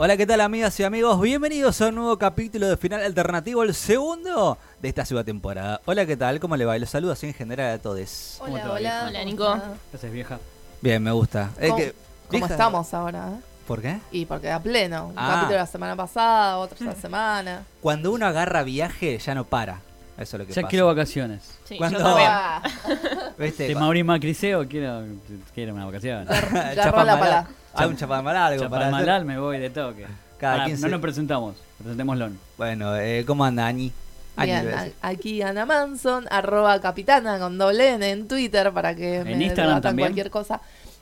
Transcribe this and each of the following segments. Hola, ¿qué tal amigas y amigos? Bienvenidos a un nuevo capítulo de Final Alternativo, el segundo de esta segunda temporada. Hola, ¿qué tal? ¿Cómo le va? Y los saludo así en general a todos. ¿Cómo te Hola, va, hola. vieja? ¿cómo Hola, Nico. estás? ¿Qué haces, vieja? Bien, me gusta. Eh, ¿Cómo, que- cómo vieja- estamos ahora? eh? ¿Por qué? Y porque a pleno. Un Ah. capítulo la semana pasada, otro Mm. esta semana. Cuando uno agarra viaje, ya no para. Eso es lo que Ya pasa. quiero vacaciones. Sí, ¿Cuándo? yo también. Ah, ¿Viste? De Mauri Macriseo quiero, quiero una vacación. agarró la pala. Hay un chapamal algo para hacer. Chapamalal me voy de toque. Cada Pará, 15. No nos presentamos, presentémoslo. Bueno, eh, ¿cómo anda, Ani? Ani, lo Bien, voy a a- decir. aquí Ana Manson, arroba capitana con doble N en Twitter para que me Instagram debatan también? cualquier cosa.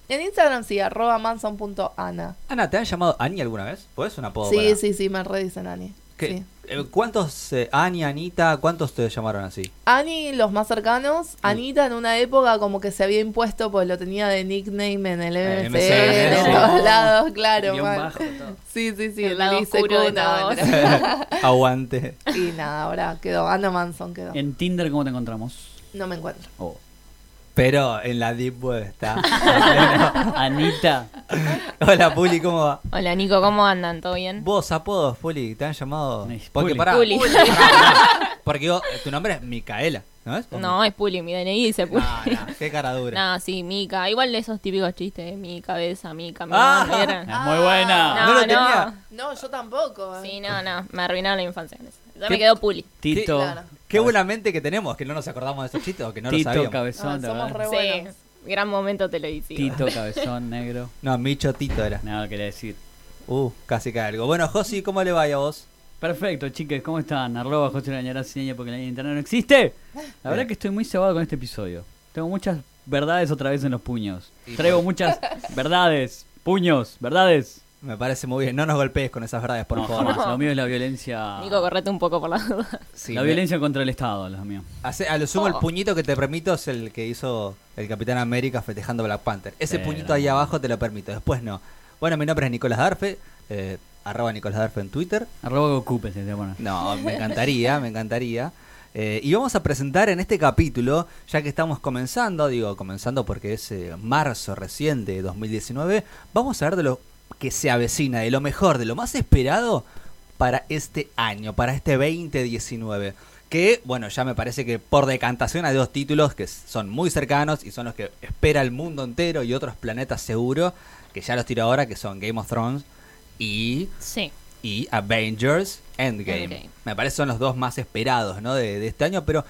En Instagram sí, arroba manson.ana. Ana, ¿te han llamado Ani alguna vez? ¿Pues es un apodo? Sí, para- sí, sí, me redicen Ani. ¿Qué- Sí. eh, ¿Cuántos, eh, Ani, Anita, cuántos te llamaron así? Ani, los más cercanos. Anita en una época como que se había impuesto, pues lo tenía de nickname en el Eh, MCN, MCN, en sí. todos lados, claro. Guión mal. bajo, todo. Sí, sí, sí, El el lado Lice oscuro de Cuna, todos. ¿verdad? Aguante. Y nada, ahora quedó. Ana Manson quedó. En Tinder, ¿cómo te encontramos? No me encuentro. Oh. Pero en la Deep Web está. Anita. Hola, Puli, ¿cómo va? Hola, Nico, ¿cómo andan? ¿Todo bien? Vos, apodos, Puli, ¿te han llamado? Es Porque Puli. pará. Ah, Puli. Pará, pará. Porque vos, tu nombre es Micaela, ¿no es? ¿O No, es Puli, mi DNI dice No, Puli. no, qué cara dura. No, sí, Mica. Igual de esos típicos chistes, mi cabeza, Mica, mi Ah. mano, Es ¿vieron? muy buena. No, lo no. tenía. No, yo tampoco. eh. Sí, no, no. Me arruinaron la infancia. con eso. Ya Ah. ¿Qué- me quedó Puli. Tito. Claro. Qué buena mente que tenemos, que no nos acordamos de esos chistes o que no lo Tito sabíamos. Cabezón, ¿te somos acordás? re Sí, buenos. gran momento televisivo. Tito Cabezón Negro. No, Micho Tito era. Nada quería decir. Uh, casi cae algo. Bueno, Josi, ¿cómo le vaya a vos? Perfecto, chicas, ¿cómo están? Arroba José Lañará sin ella porque la línea interna no existe. La verdad que estoy muy cebado con este episodio. Tengo muchas verdades otra vez en los puños. Y Traigo por- muchas verdades, puños, verdades. Me parece muy bien. No nos golpees con esas verdades, por No, favor. jamás. Lo mío es la violencia. Nico, correte un poco por la duda. Sí, la me- violencia contra el Estado, lo mío. Hace- a lo sumo, el Oh. puñito que te permito es el que hizo el Capitán América festejando Black Panther. Ese Sí, puñito no. ahí abajo te lo permito, después no. Bueno, mi nombre es Nicolás Darfe, eh, arroba Nicolás Darfe en Twitter. Arroba Goku, pensé, te poner. No, me encantaría, me encantaría. Eh, y vamos a presentar en este capítulo, ya que estamos comenzando, digo comenzando porque es eh, marzo reciente de 2019, vamos a ver de lo que se avecina, de lo mejor, de lo más esperado para este año, para este 2019. Que, bueno, ya me parece que por decantación hay dos títulos que s- son muy cercanos y son los que espera el mundo entero y otros planetas seguro, que ya los tiro ahora, que son Game of Thrones y Sí. y Avengers Endgame. Endgame. Me parece son los dos más esperados ¿no? de, de este año, pero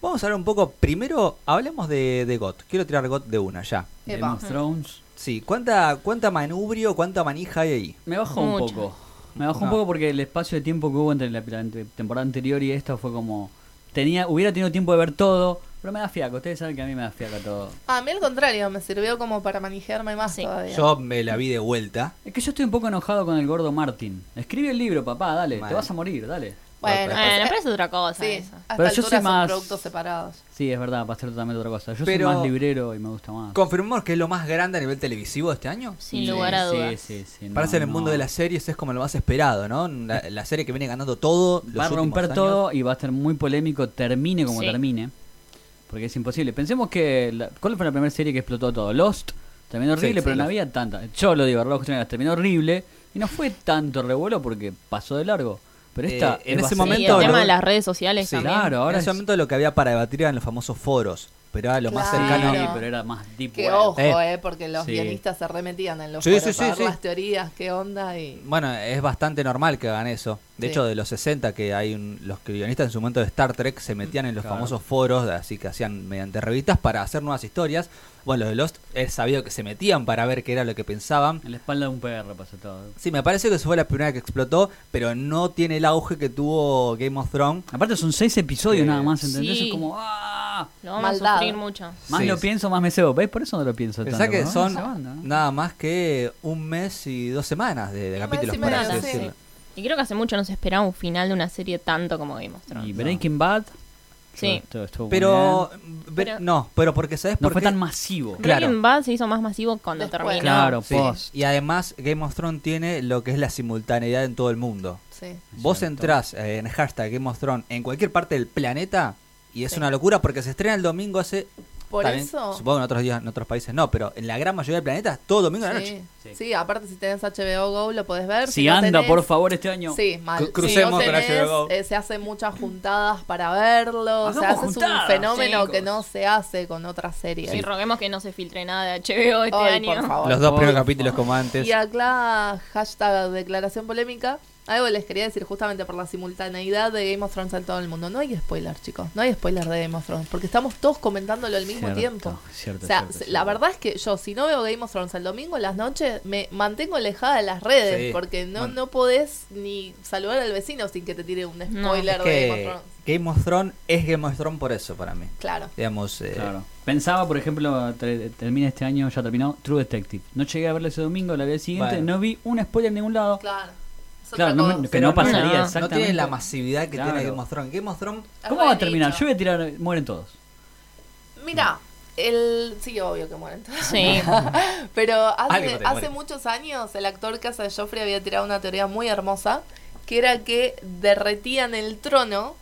vamos a hablar un poco. Primero, hablemos de, de GOT. Quiero tirar GOT de una ya. Epa. Game of Thrones. Sí, ¿cuánta, cuánta manubrio, cuánta manija hay ahí? Me bajó un Mucho. poco. Me bajó Ah. un poco porque el espacio de tiempo que hubo entre la la ante- temporada anterior y esta fue como. tenía Hubiera tenido tiempo de ver todo, pero me da fiaco. Ustedes saben que a mí me da fiaca todo. Ah, A mí al contrario, me sirvió como para manejarme más Sí. todavía. Yo me la vi de vuelta. Es que yo estoy un poco enojado con el gordo Martin. Escribe el libro, papá, dale. Mal. Te vas a morir, dale. bueno, Pero- Bueno, pues, pero es otra cosa. sí, eso. hasta Pero yo altura soy son más- productos separados. Sí, es verdad, para hacer totalmente otra cosa. Yo Pero- soy más librero y me gusta más. ¿Confirmamos que es lo más grande a nivel televisivo este año? Sin Sí, lugar a dudas. Sí, sí, sí. no, Parece en el no. mundo de las series es como lo más esperado, ¿no? La, la serie que viene ganando todo. los Va a últimos romper años. todo y va a estar muy polémico, termine como Sí. termine. Porque es imposible. Pensemos que. la- ¿Cuál fue la primera serie que explotó todo? Lost. Terminó Sí, horrible, sí, pero no Lost. había tanta. Yo lo digo, Arroba Cuestión de Gas, terminó horrible. Y no fue tanto revuelo porque pasó de largo. Pero Eh, esta. en es ese bastante- Sí, momento el tema lo- de las redes sociales Sí. también. Claro, ahora en ese es- momento lo que había para debatir eran los famosos foros, pero era lo más Sí, Claro. cercano pero era más deep Que web. ojo, Eh. eh, porque los Sí. guionistas se remetían en los Sí, foros sí, sí, a ver sí. las teorías, qué onda y... Bueno, es bastante normal que hagan eso. De Sí. hecho, de los 60 que hay un- los guionistas en su momento de Star Trek se metían en los Claro. famosos foros, así que hacían mediante revistas para hacer nuevas historias. Bueno, los de Lost es sabido que se metían para ver qué era lo que pensaban. En la espalda de un perro pasó todo. Sí, me parece que eso fue la primera que explotó, pero no tiene el auge que tuvo Game of Thrones. Aparte son seis episodios Sí. nada más, ¿entendés? Sí. Es como... ¡ah! Lo vamos Maldad. a sufrir mucho. Más Sí, lo sí. pienso, más me cebo. ¿Ves? Por eso no lo pienso tanto. Pensá que ¿no? son Se van, ¿no? nada más que un mes y dos semanas de, de Un mes capítulos, y por medio, así sí. decirlo. Y creo que hace mucho no se esperaba un final de una serie tanto como Game of Thrones. Y Breaking Bad... Sí. estuvo- estuvo muy Pero, ve- Pero- no, pero porque sabes bien. No por fue qué? tan masivo. Claro. Breaking Bad se hizo más masivo cuando Después. terminó. Claro, Sí. post. Y además Game of Thrones tiene lo que es la simultaneidad en todo el mundo. Sí. Vos Exacto. entrás eh, en hashtag Game of Thrones en cualquier parte del planeta y es Sí. una locura porque se estrena el domingo hace Por Está bien, eso. Supongo que en otros, días, en otros países no, pero en la gran mayoría del planeta, todo domingo de la noche. Sí. Sí, aparte si tenés HBO Go lo podés ver. Si no anda, tenés- por favor, este año. Sí, mal. Cru- crucemos Si no con tenés, HBO Go. eh, se hacen muchas juntadas para verlo. o sea, Hagamos haces juntadas, un fenómeno chicos. que no se hace con otras series. Y roguemos que no se filtre nada de HBO este Ay, año. por favor. Los dos Por primeros favor. capítulos como antes. Y acá, hashtag declaración polémica. Algo les quería decir justamente por la simultaneidad de Game of Thrones en todo el mundo. No hay spoiler, chicos. No hay spoiler de Game of Thrones. Porque estamos todos comentándolo al mismo Cierto, tiempo. cierto, o sea, cierto, se- cierto. la verdad es que yo, si no veo Game of Thrones el domingo en las noches, me mantengo alejada de las redes. Sí. Porque no, Man- no podés ni saludar al vecino sin que te tire un No. spoiler Es de Game of que Thrones. Game of Thrones es Game of Thrones por eso, para mí. Claro. Digamos, eh, Claro. Pensaba, por ejemplo, tre- termina este año, ya terminó True Detective. No llegué a verlo ese domingo, la vi el siguiente, Bueno. no vi un spoiler en ningún lado. Claro. Es Claro, otra no me- cosa. que no Pero pasaría no, no no exactamente. tiene la masividad que Claro. tiene Game of Thrones. Game of Thrones Es ¿Cómo re va a terminar? nicho. Yo voy a tirar, mueren todos. Mira, el. Sí, obvio que mueren todos. Sí. Pero Algo hace, te muere. hace muchos años el actor que hace de Joffrey había tirado una teoría muy hermosa, que era que derretían el trono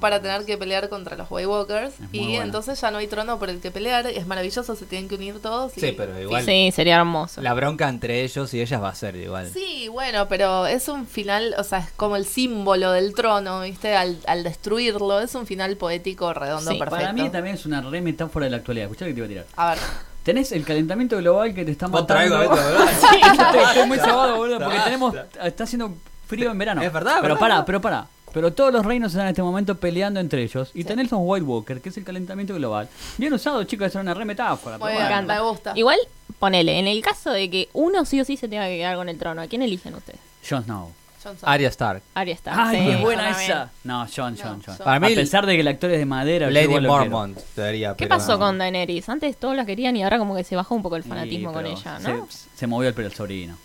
para tener que pelear contra los White Walkers Es muy y bueno. entonces ya no hay trono por el que pelear, es maravilloso, se tienen que unir todos. y- Sí, pero igual. Sí, sería hermoso. La bronca entre ellos y ellas va a ser igual. Sí, bueno, pero es un final, o sea, es como el símbolo del trono, ¿viste? Al, al destruirlo, es un final poético, redondo, Sí, para perfecto. Para mí también es una re metáfora de la actualidad. Escuchá lo que te iba a tirar. A ver, Tenés el calentamiento global que te está matando. Otra vez con esto, ¿verdad? Estoy, estoy muy sabado, boludo, porque Basta. tenemos. Está haciendo frío en verano. Es verdad, Pero verdad. pará, pero pará. Pero todos los reinos están en este momento peleando entre ellos. Y tenés los White Walker, que es el calentamiento global. Bien usado, chicos, es una re metáfora. Muy pero bien. Me bueno. encanta. me gusta. Igual, ponele, en el caso de que uno sí o sí se tenga que quedar con el trono, ¿a quién eligen ustedes? Jon Snow. Johnson. Arya Stark. Arya Stark. Ay, sí, es buena claramente. esa. No, John, John, John. Jon. Para mí- a pesar de que el actor es de madera, yo Lady igual lo quiero. Mormont, teoría. ¿Qué pero pasó no. con Daenerys? Antes todos la querían y ahora como que se bajó un poco el fanatismo Sí, con pero ella, ¿no? Se, se movió el pelo el sobrino.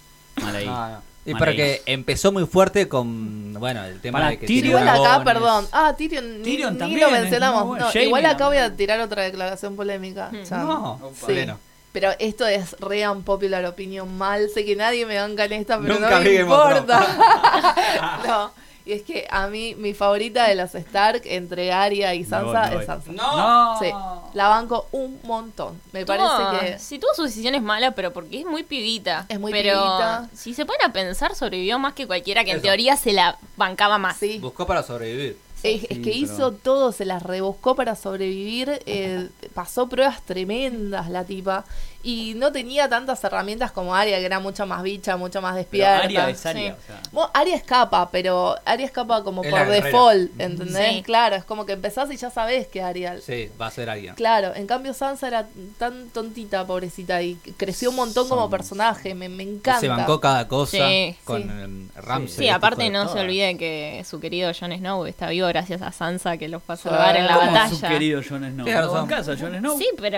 Mal ahí. Ah, no. Y Mal pero ahí. que empezó muy fuerte con, bueno, el tema Para de que... Tyrion- tiene Igual acá, dragones. perdón. Ah, Tyrion. ni- Tyrion ni, también lo es mencionamos. muy bueno. No, Jamie igual acá voy a también. Mm. tirar otra declaración polémica. Hmm. Ya. No, Sí. bueno. Pero esto es re unpopular opinión mal. Sé que nadie me banca en esta, pero Nunca no vi me Game of Thrones. importa. no. Y es que a mí, mi favorita de las Stark entre Arya y Me voy, Sansa me voy. es Sansa. No. Sí, la banco un montón. Me Tuvo- parece que. Si tuvo sus decisiones malas, pero porque es muy pibita. Es muy pero pibita. si se ponen a pensar, sobrevivió más que cualquiera que en Eso. teoría se la bancaba más. Sí. Buscó para sobrevivir. Es, es Sí, que pero- hizo todo, se las rebuscó para sobrevivir, eh, pasó pruebas tremendas la tipa y no tenía tantas herramientas como Aria, que era mucho más bicha, mucho más Pero despierta. Aria es Aria. sí. O sea. Bueno, Aria escapa, pero Aria escapa como Es por la guerrera. default, ¿entendés? Sí. Claro, es como que empezás y ya sabés que Aria... Sí, va a ser alguien. Claro, en cambio Sansa era tan tontita, pobrecita, y creció un montón como Sansa. personaje, me, me encanta. Se bancó cada cosa Sí. con Sí. em, Ramsay. Sí, aparte no se todas. olvide que su querido Jon Snow está vivo gracias a Sansa que los fue a Sí. salvar en la Como batalla. su querido Jon Snow. Tienes ¿Lo razón. bancás a Jon Snow? Sí, pero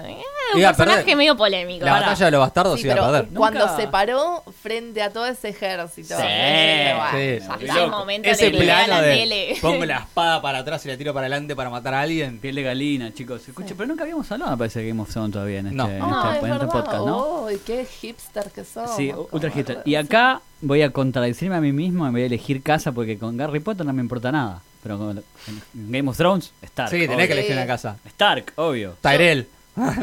eh, un Iba a perder. personaje medio polémico. La Pará. batalla de los bastardos Sí, iba a pero perder. cuando Nunca- se paró frente a todo ese ejército. Sí, bueno, sí. Hasta Qué el loco. momento Ese en el que le da plano la de tele. pongo la espada para atrás y la tiro para adelante para matar a alguien. Piel de galina, chicos. Escuche, pero nunca habíamos hablado, me parece, de Game of Thrones todavía en este, No. en No, este- Ah, es en este verdad. Oh. podcast, ¿no? Uy, qué hipster que somos. sí, ultra cobardes. hipster. Y acá voy a contradecirme a mí mismo y voy a elegir casa porque con Harry Potter no me importa nada. Pero con en Game of Thrones, Stark. Sí, tenés obvio. que Sí. elegir una casa. Stark, obvio. Tyrell.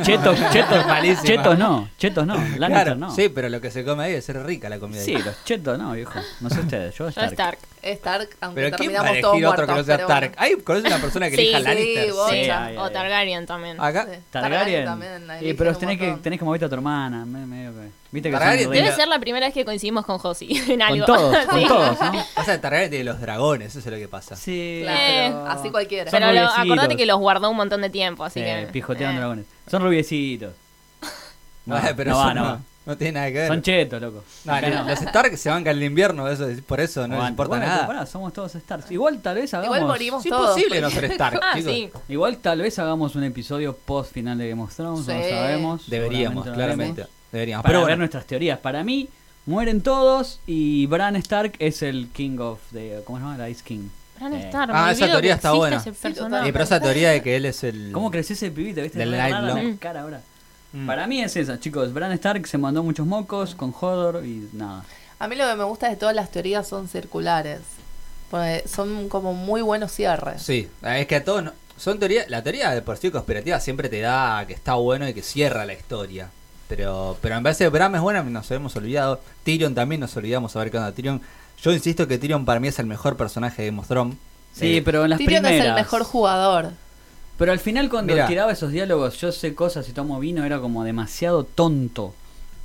Chetos, chetos, Malísima. chetos no, chetos no, Lannister Claro, no. sí, pero lo que se come ahí es ser rica la comida. Sí, ahí. los chetos no, viejo. No sé ustedes, yo Yo Stark. Stark. Stark, aunque Pero ¿quién va a Ah, terminamos elegir todos otro muertos. que no sea pero Stark? bueno. Ahí conoces una persona que Sí, elija sí, Lannister. vos. Sí, ay, ay, o ay. Targaryen también. Acá. Sí. Ah, Targaryen. también la Eh, eligen pero un tenés que, montón. tenés que moverte a tu hermana. me- medio que- Viste que Targaryen son tiene- Debe re- Mira. ser la primera vez que coincidimos con Josi en algo. Con todos, Sí. con todos, ¿no? O sea, Targaryen tiene los dragones, eso es lo que pasa. Sí. Claro, pero- Eh, así cualquiera. Son Pero lo- rubiecitos. acordate que los guardó un montón de tiempo, así Sí, que. pijotean eh. dragones. Son rubiecitos. No, Ay, pero no eso va, no no, va. no tiene nada que ver. Son chetos, loco. No, Acá ni- no. Los Stark se bancan el invierno, eso, es- por eso no les Aguante. importa Bueno, nada. pero pará, somos todos stars. Igual tal vez hagamos. Igual morimos Es todos. imposible no ser Stark, Ah, chicos. sí. Igual tal vez hagamos un episodio post final de Game of Thrones, no lo Sí. sabemos. Deberíamos, seguramente lo claramente. haremos, Deberíamos. Para pero ver bueno, nuestras teorías. Para mí, mueren todos y Bran Stark es el King of the. ¿Cómo se llama? El Ice King. Bran Eh, Stark, Ah, me esa olvido teoría que está existe buena. ese Sí, personaje. y eh, pero esa teoría de que él es el. ¿Cómo creció ese pibito? ¿Viste? Del Re rara Night la Long. cara ahora. Mm. Para mí es esa, chicos. Bran Stark se mandó muchos mocos con Hodor y nada. A mí lo que me gusta es que todas las teorías son circulares. Porque son como muy buenos cierres. Sí, es que a todos. no- Son teoría, la teoría de por sí conspirativa siempre te da que está bueno y que cierra la historia. Pero, pero me parece que Bram es buena, nos hemos olvidado. Tyrion también nos olvidamos a ver qué onda Tyrion. Yo insisto que Tyrion para mí es el mejor personaje de Game of Thrones. Sí, Eh, pero en las Tyrion primeras. es el mejor jugador. Pero al final cuando Mirá. tiraba esos diálogos, yo sé cosas y tomo vino, era como demasiado tonto.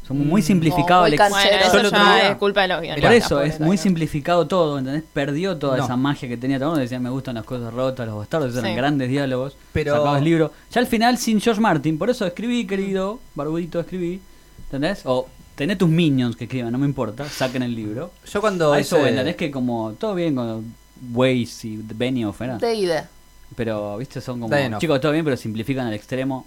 Somos Mm. muy simplificado muy el canchero. Bueno, Yo el eso otro ya día- es culpa de los guiones. Por Mirá. eso, es muy simple. simplificado todo, ¿entendés? Perdió toda No. esa magia que tenía todo. el mundo Decía, me gustan las cosas rotas, los bastardos, esos eran Sí. grandes diálogos. Pero- Sacabas libro. Ya al final, sin George Martin, por eso escribí, querido, barbudito, escribí, ¿entendés? O tené tus minions que escriban, no me importa, saquen el libro. Yo cuando A eso, hice- ¿entendés? Que como, todo bien con Waze y Benioff, ¿era? De idea. Pero, viste, son como. Está bien, no. Chicos, todo bien, pero simplifican al extremo.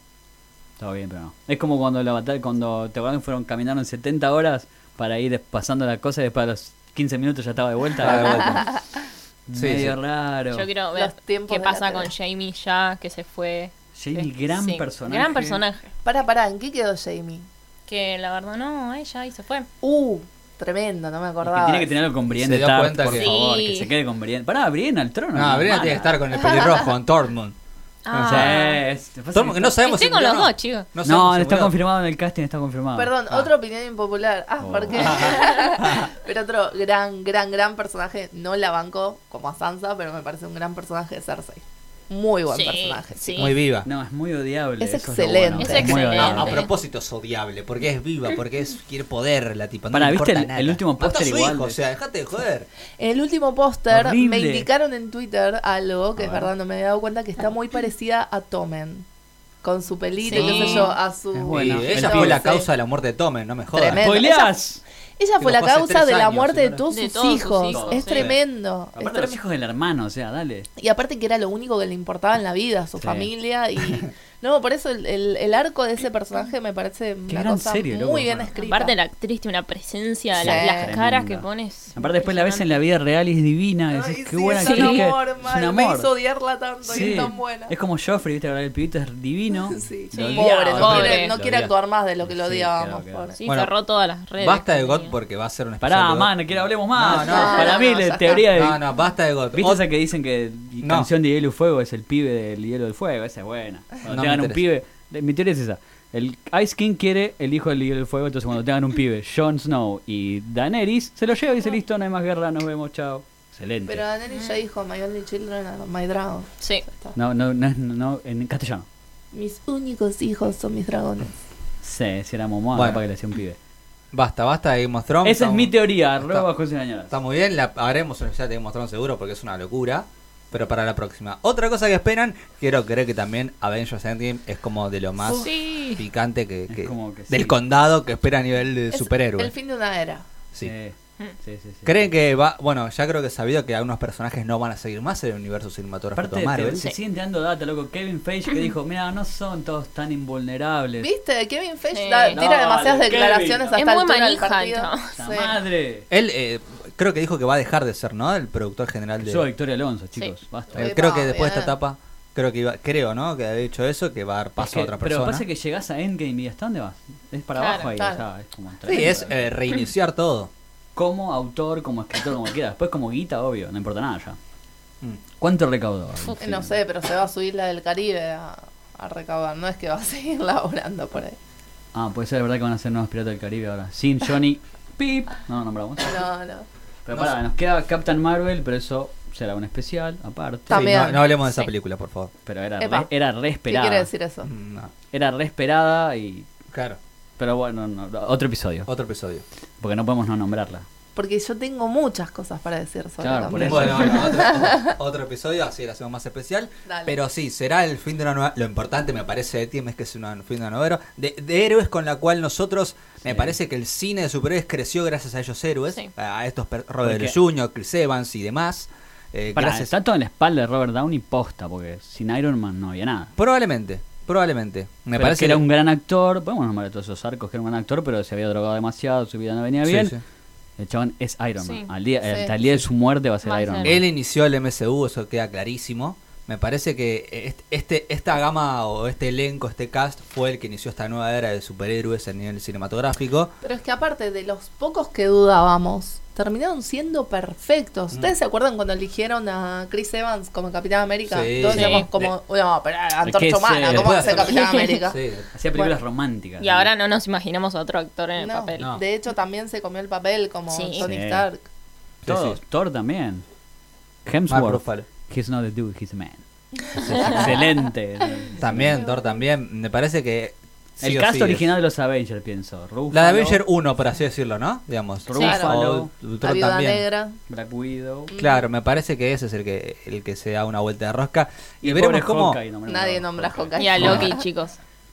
Todo bien, pero no. Es como cuando la batalla, cuando te acuerdas que fueron caminando en 70 horas para ir pasando las cosas y después a los 15 minutos ya estaba de vuelta. Ah, de Era vuelta. como Sí, medio sí. raro. Yo quiero ver Los tiempos qué de pasa la con tele. Jamie ya, que se fue. Jamie, Sí. gran eh, Sí, personaje. Gran personaje. Pará, pará, ¿en qué quedó Jamie? Que la verdad no, ella ahí se fue. Uh, tremendo, no me Y que acordaba. tiene que tenerlo con Brienne Se de dio Tarth, cuenta por que- favor, Sí. que se quede con Brienne. Pará, Brienne al trono. No, Brienne mala. tiene que estar con el pelirrojo, con Tormund. Ah. Sí, es- Tormund, que no sabemos Estoy con murió Eh, los o no. dos, chicos. No, No, sabemos si está murió. confirmado en el casting, está confirmado. Perdón, Ah. otra opinión impopular. Ah, Oh. ¿por qué? pero otro gran, gran, gran personaje. No la banco como a Sansa, pero me parece un gran personaje de Cersei. Muy buen Sí, personaje. sí. Muy viva. No, es muy odiable. Es eso lo excelente. bueno, Es muy excelente. A, a odiable. Bien. propósito es odiable, porque es viva, porque es quiere poder la tipa. No Pará, le ¿viste importa el- nada. el último Mató a póster su igual hijo, de- o sea, dejate de joder. En el último póster Horrible. me indicaron en Twitter algo que A es ver. verdad no me había dado cuenta que está muy parecida a Tomen. Con su pelito, Sí. qué sé yo, a su. Es bueno, y el Eh, ella tipo- fue la Sí. causa de la muerte de Tomen, no me jodas. Tremendo. ¡Spoileás! Ella Tipo, fue la fue hace causa tres de la años, muerte de señora. todos De sus todos sus hijos. hijos, es sí. tremendo. es Aparte los tremendo. hijos del hermano, o sea, dale. Y aparte que era lo único que le importaba en la vida, su Sí. familia y... No, por eso el, el- el arco de ese personaje me parece una gran cosa serie, muy loco, bien bueno. escrita. Aparte la actriz tiene una presencia, Sí. la- las Tremenda. caras que pones. Aparte después la ves en la vida real y es divina, Ay, decís, sí, qué buena es actriz un que- amor, es mal, un me amor. hizo odiarla tanto y Sí. es tan buena. Es como Joffrey, viste, ahora el pibito es divino. Sí. Lo Pobre, odiaba, no pobre. quiere, no Lo quiere odiaba. actuar más de lo que lo Sí, odiábamos. claro, claro. pobre. Sí, Bueno, cerró todas las redes. Basta de que God tenía. porque va a ser un especial. Pará, de God. man, que hablemos más. No, no, Para no, mí no, ya la está. teoría de... No, no, basta de God. ¿Viste Ot- esa que dicen que y No. canción de Hielo y Fuego es el pibe del Hielo del Fuego? Esa es buena. Cuando No me tengan un interesa. pibe... de- Mi teoría es esa. El Ice King quiere el hijo del Hielo del Fuego, entonces cuando tengan un pibe, Jon Snow y Daenerys, se lo lleva y dice, listo, no hay más guerra, nos vemos, chao. Excelente. Pero Daenerys ya dijo, my only children are my dragon. Sí. Ya está. No, no, no, no, en castellano. Mis únicos hijos son mis dragones. Sí, si era Momoa, Bueno. capaz que le hacía un pibe. Basta, basta de Game of Thrones. Esa es Estamos- mi teoría, arroba está- José Dañadas. Está muy bien, la haremos un especial de Game of Thrones seguro porque es una locura. Pero para la próxima. Otra cosa que esperan, quiero creer que también Avengers Endgame es como de lo más Sí. picante que, Es que- como que del sí. condado que espera a nivel de Es superhéroe. El fin de una era. Sí. Sí, sí, sí, sí. ¿Creen que va.? Bueno, ya creo que he sabido que algunos personajes no van a seguir más en el universo cinematográfico Aparte, de te, Marvel. se siguen dando data, loco. Kevin Feige que dijo, mira, no son todos tan invulnerables. ¿Viste? Kevin Feige Sí. da- tira Dale, demasiadas Kevin. declaraciones hasta Es el muy altura del manija, partido. entonces. ¡La Sí. madre! Él eh, creo que dijo que va a dejar de ser, ¿no? El productor general de. Yo, Victoria Alonso, chicos, Sí. basta. Eh, Epa, creo que después de bien. esta etapa, creo que iba, creo, ¿no? Que había hecho eso, que va a dar paso Es que- a otra Pero persona. pasa que llegás a Endgame y ¿hasta dónde vas? Es para Claro, abajo ahí, claro. o sea, es como Sí, tremendo. es eh, reiniciar todo. Como autor, como escritor, como quiera. Después como guita, obvio, no importa nada ya. Mm. ¿Cuánto recaudó? Uf, No sé, pero se va a subir la del Caribe a, a recaudar. No es que va a seguir laborando por ahí. Ah, puede ser verdad que van a ser nuevos Piratas del Caribe ahora. Sin Johnny. Pip. No, nombramos. No, no. Pero pará, nos queda Captain Marvel, pero eso será un especial, aparte. Sí, También. no, no hablemos de esa Sí. película, por favor. Pero era Epa. re, era re ¿Qué esperada. quiere decir eso? Mm, No. Era re esperada y. Claro, Pero bueno, no, no, otro episodio. otro episodio. Porque no podemos no nombrarla. Porque yo tengo muchas cosas para decir sobre Claro, la por mía. eso. Bueno, bueno, otro, otro episodio, así lo hacemos más especial. Dale. Pero sí, será el fin de una nueva. Lo importante, me parece, de Tim, es que es una- un fin de una nueva era. De, de héroes con la cual nosotros, me Sí. parece que el cine de superhéroes creció gracias a ellos héroes. Sí. A estos per- Robert Porque- Jr., Chris Evans y demás. Eh, Pará, gracias. está todo en la espalda de Robert Downey posta, porque sin Iron Man no había nada. Probablemente, probablemente. Me Pero parece que era un gran actor. Podemos nombrar a todos esos arcos que era un gran actor, pero se había drogado demasiado, su vida no venía Sí, bien. sí. El chabón es Iron Man. Sí. Al día, Sí. Hasta el día de su muerte va a ser Va a Iron ser. Man. Él inició el MCU, eso queda clarísimo. Me parece que est- este, esta gama o este elenco, este cast, fue el que inició esta nueva era de superhéroes a nivel cinematográfico. Pero es que aparte de los pocos que dudábamos, terminaron siendo Mm. perfectos. ¿Ustedes se acuerdan cuando eligieron a Chris Evans como Capitán América? Sí. Todos Sí. decíamos como, no, pero ¿Qué antorcha humana, sé? ¿cómo va a ser Después Capitán América? Sí. Hacía películas románticas. Y ahora no nos imaginamos a otro actor en el No, papel. No. De hecho, también se comió el papel como Sí. Tony Eh, Sí. Stark. Todos. Thor también. Mark Hemsworth. Ruffalo. He's not a dude, he's a man. Excelente. También, Thor, también. Me parece que. sí El o cast sí original de los Avengers, pienso. Ruffalo, es. La de Avenger 1, por así decirlo, ¿no? Digamos. Ruffalo, O Thor La viuda también. negra. Black Widow. Claro, me parece que ese es el que el que se da una vuelta de rosca. Y, el veremos pobre cómo. Hawkeye, no me Nadie acuerdo. nombra a Hawkeye. Y a Loki, Ah. chicos.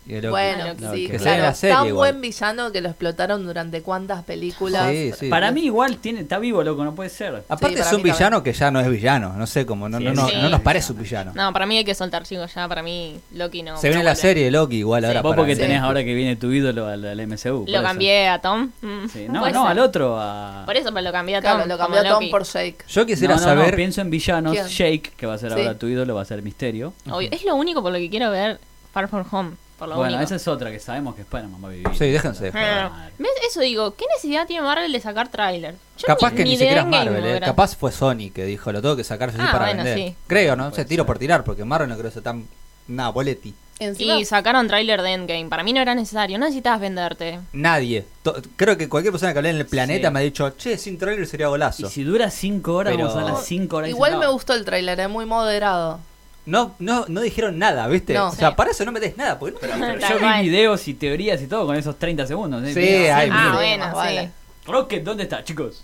y el Loki. Bueno, Loki. sí, Que sea claro. la serie tan igual. buen villano que lo explotaron durante cuántas películas. Sí, sí. Ah, Para mí igual tiene, está vivo, loco, no puede ser. Aparte es un Sí, para mí también. villano que ya no es villano. No sé cómo. No, Sí, no, es no, un no nos villano. parece un villano. No, para mí hay que soltar, chicos. Ya para mí Loki no. se viene no la vuelve. serie Loki igual ahora. Vos para- porque Sí. tenés ahora que viene tu ídolo al, al MCU. por Lo eso. cambié a Tom. Mm, Sí, No, puede no, ser. al otro. A... Por eso, pero lo cambié a Tom. Claro, lo cambió como Tom Loki. por Jake. Yo quisiera No, no, no, saber. pienso en villanos. ¿Quién? Shake, que va a ser Sí. ahora tu ídolo, va a ser Misterio. Obvio, Es lo único por lo que quiero ver Far From Home. Por lo bueno, único. esa es otra que sabemos que Spider-Man va a vivir. Sí, déjense de joder. Ah, ¿Ves? Eso digo, ¿qué necesidad tiene Marvel de sacar tráiler? Yo Capaz que ni, de siquiera es Endgame Marvel, me eh. hubiera- capaz fue Sony que dijo lo tengo que sacar yo sí Ah, para bueno, vender. sí. Creo, ¿no? Puede Se tiro ser. por tirar, porque Marvel no creo que sea tan nada boleti. Encima, Y sacaron tráiler de Endgame. Para mí no era necesario, no necesitabas venderte. Nadie. To- creo que cualquier persona que hable en el planeta Sí. me ha dicho, che, sin trailer sería Y golazo. si dura 5 horas, Pero- vamos a las 5 horas. y igual dicen, me no. gustó el tráiler, es muy moderado. No, no, no dijeron nada, ¿viste? No. o sea, Sí. para eso no metes nada, porque no te la- Tal Yo cual. vi videos y teorías y todo con esos 30 segundos. ¿eh? Sí, Bien. hay ah, mil. bueno, Más sí. vale. Rocket, ¿dónde está, chicos?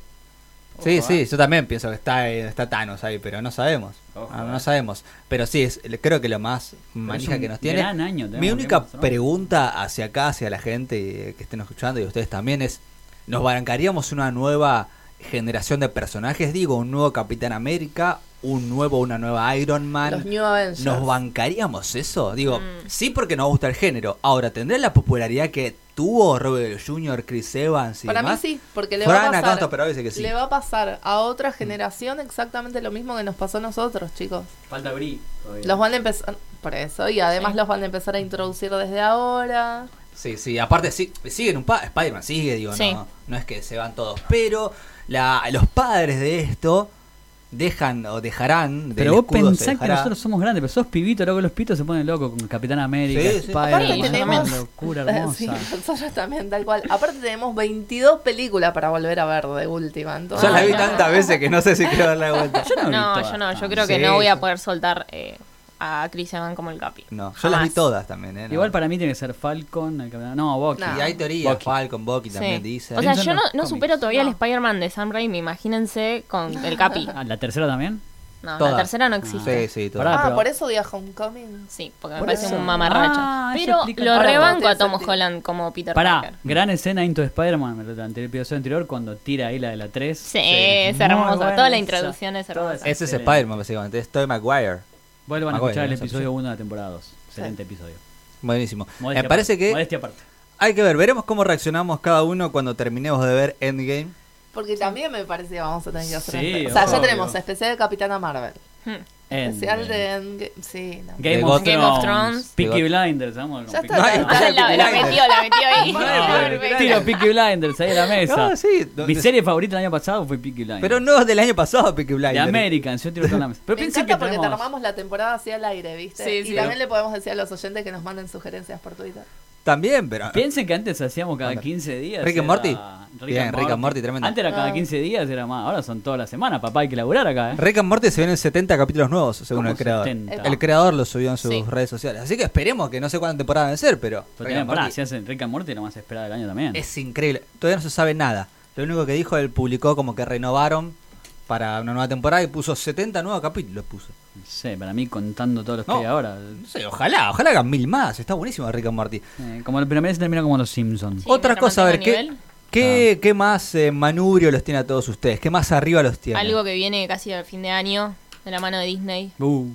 Sí, Ojo, sí, eh. yo también pienso que está, eh, está Thanos ahí, pero no sabemos. Ojo, Ah, no, eh. sabemos. Pero sí, es, creo que lo más manija un que nos tiene. gran año tenemos Mi que única mostrar. pregunta hacia acá, hacia la gente eh, que estén escuchando y ustedes también es, ¿nos barrancaríamos una nueva generación de personajes? Digo, un nuevo Capitán América, un nuevo, una nueva Iron Los Man. New Avengers. ¿Nos bancaríamos eso? Digo, Mm. sí porque nos gusta el género. Ahora, ¿tendrá la popularidad que tuvo Robert Jr., Chris Evans y Para mí demás? sí, porque le Fran, va a acá está, pasar. pero dice que sí. Le va a pasar a otra generación exactamente lo mismo que nos pasó a nosotros, chicos. Falta Bri. todavía. Los van a empezar por eso y además Sí. los van a empezar a introducir desde ahora. Sí, sí, aparte sí, siguen un pa Spider-Man sigue, digo, Sí. no, no es que se van todos, pero la, los padres de esto dejan o dejarán del Pero vos escudo se pensás que dejará. nosotros somos grandes, pero sos pibito, loco, los pitos se ponen locos con Capitán América, Sí, sí. Spider-Man, Aparte una tenemos- locura Sí, hermosa. nosotros también, tal cual. Aparte tenemos 22 películas para volver a ver de última. Entonces, Ya la vi Ah, tantas veces que no sé si quiero darle la vuelta. Yo no, vi No, todas, yo no, yo tan. creo que Ah, Sí, no voy a sí. poder soltar eh, a Chris Evans como el Capi. No, yo las vi Jamás. todas también, eh. no. Igual para mí tiene que ser Falcon, el Capitán... No, Bucky. No. Y hay teorías, Bucky. Falcon, Bucky Sí. también dice. O sea, Pienso yo en no, los no cómics. supero todavía No. el Spider-Man de Sam Raimi, imagínense con el Capi. Ah, ¿La tercera también? No, Todas. la tercera no sí, existe. sí, todo. Pará. ah, pero- por eso día Homecoming. Sí, porque me Por parece eso. un mamarracho. Ah, eso Pero explica lo todo. rebanco a Tom Tiene sentido. Holland como Peter Parker. Pará, gran escena Into Spider-Man, el anterior- episodio anterior, cuando tira ahí la de la 3. Sí, es hermosa. Muy buena Toda esa. la introducción es Toda hermosa. esa Ese es excelente. Spider-Man básicamente, es Tobey Maguire. Vuelvan a Ah, bueno, escuchar el esa episodio 1 de la temporada 2. Excelente episodio. Buenísimo. Modestia Me parece aparte, que Modestia aparte. hay que ver, veremos cómo reaccionamos cada uno cuando terminemos de ver Endgame. Porque también me parece que vamos a tener que hacer. Sí, espe- o sea, ya obvio. tenemos especial de Capitana Marvel. Hmm. Especial Endgame. de Endgame. Sí, no. Game, De of Gotham. Game of Thrones. Thrones. Peaky De Blinders, vamos Ya con está, Peaky hay- Ah, está la, la metió, la metió ahí. Blinders. Perfecto. Tiro Peaky Blinders ahí a la mesa. No, sí, no- Mi serie favorita el año pasado fue Peaky Blinders. Pero no del año pasado, Peaky De Blinders. American, yo tiro toda la mesa. Pero Me piensen encanta que porque te tenemos... armamos la temporada así al aire, ¿viste? Sí, y sí. también le podemos decir a los oyentes que nos manden sugerencias por Twitter. También, pero... Piensen que antes hacíamos cada Onda. 15 días. Rick and era- Morty. and Bien, Rick and Morty, tremendo. Antes era cada Ah. 15 días, era más. Ahora son todas las semanas, papá, hay que laburar acá, ¿eh? Rick and Morty se vienen 70 capítulos nuevos, según ¿Cómo el creador. 70? El creador lo subió en sus Sí. redes sociales. Así que esperemos que no sé cuánta temporada van a ser, pero. Pero Rick and también, pará, Morty si hacen Rick and Morty, la más esperada del año también. es increíble. Todavía no se sabe nada. Lo único que dijo, él publicó como que renovaron para una nueva temporada y puso 70 nuevos capítulos. Puso. No sé, para mí contando todos los No. que hay ahora. No sé, ojalá, ojalá hagan mil más. Está buenísimo Rick and Morty. Eh, como el primer se termina como los Simpsons. Sí, Otra mientras cosa, a ver, mantenga ¿qué, nivel. Ah. qué, qué más eh, manubrio los tiene a todos ustedes? ¿Qué más arriba los tiene? Algo que viene casi al fin de año, de la mano de Disney. Uh.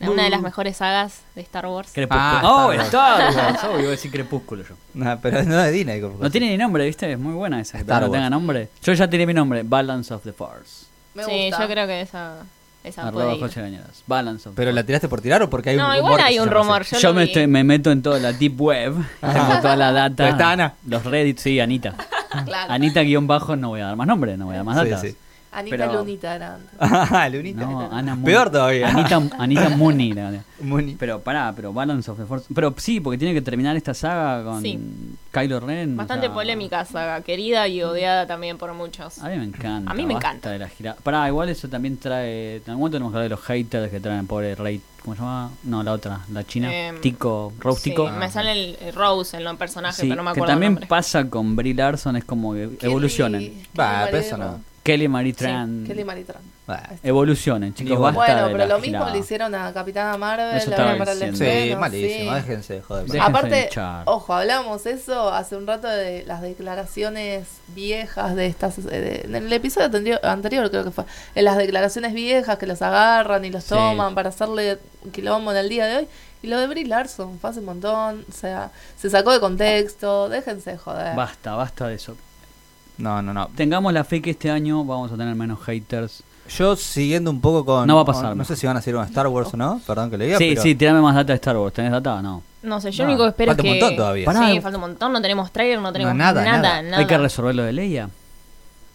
Una de las mejores sagas de Star Wars. Crepúsculo. Ah, oh, Star Star Wars. Obvio, iba a decir Crepúsculo yo. No, Ah, pero no de Disney. como- No tiene ni nombre, ¿viste? Es muy buena esa. que Star no Wars. tenga nombre. Yo ya tiré mi nombre. Balance of the Force. Me sí, gusta. yo creo que esa, esa puede Arroba ir. José Bañeras. Balance of the ¿Pero la tiraste por tirar o porque hay un No, rumor? igual que hay se un llama así? rumor. Yo, Yo lo me, vi. estoy- me meto en toda la deep web, tengo toda la data, Pero está Ana. los Reddit, sí, Anita. Claro. Anita guión bajo, no voy a dar más nombre, no voy a dar más Sí, datas. sí. Anita Ah, Pero- Lunita era antes. Ah, Lunita. No, Ana Moon- Peor todavía. Anita, Anita Mooney. la- Muni. Pero pará, pero Balance of the Force. Pero sí, porque tiene que terminar esta saga con Sí. Kylo Ren. o Bastante sea, polémica saga, querida y odiada también por muchos. A mí me encanta. A mí me basta encanta. De la gira... Pará, igual eso también trae. En algún momento tenemos que hablar de los haters que traen, pobre Rey. ¿Cómo se llama? No, la otra, la china. Em, Tico, Rose Sí, Tico. me sale el el Rose en los personajes, Ah. Sí, pero no me que acuerdo. también el nombre. pasa con Brie Larson, es como que evolucionen. Kelly- Va, Kelly pero eso Marie- no. Kelly Marie Tran. Kelly Maritran. Bah. Evolucionen, chicos, Ni bueno. basta Bueno, de pero la lo mismo gilada. le hicieron a Capitana Marvel. Eso ahora estaba para el diciendo. Sí, estreno, malísimo. sí. Déjense de joder. Deja- Déjense de Aparte, hinchar. ojo, hablamos eso hace un rato de las declaraciones viejas de estas. eh, de- en el episodio anterior, anterior creo que fue. En las declaraciones viejas que los agarran y los Sí. toman para hacerle un quilombo en el día de hoy. Y lo de Brie Larson fue hace un montón. O sea, se sacó de contexto. Déjense de joder. Basta, basta de eso. No, no, no. Tengamos la fe que este año vamos a tener menos haters. Yo siguiendo un poco con. No va a pasar, No no. sé si van a seguir con Star Wars o no. Perdón que le diga. sí, pero sí, tirame más data de Star Wars. ¿Tenés data? No. No sé, yo No, lo único que espero falta es un que. montón todavía. Sí, Pará. falta un montón, no tenemos trailer, no tenemos nada, nada, nada. nada. Hay que resolver lo de Leia.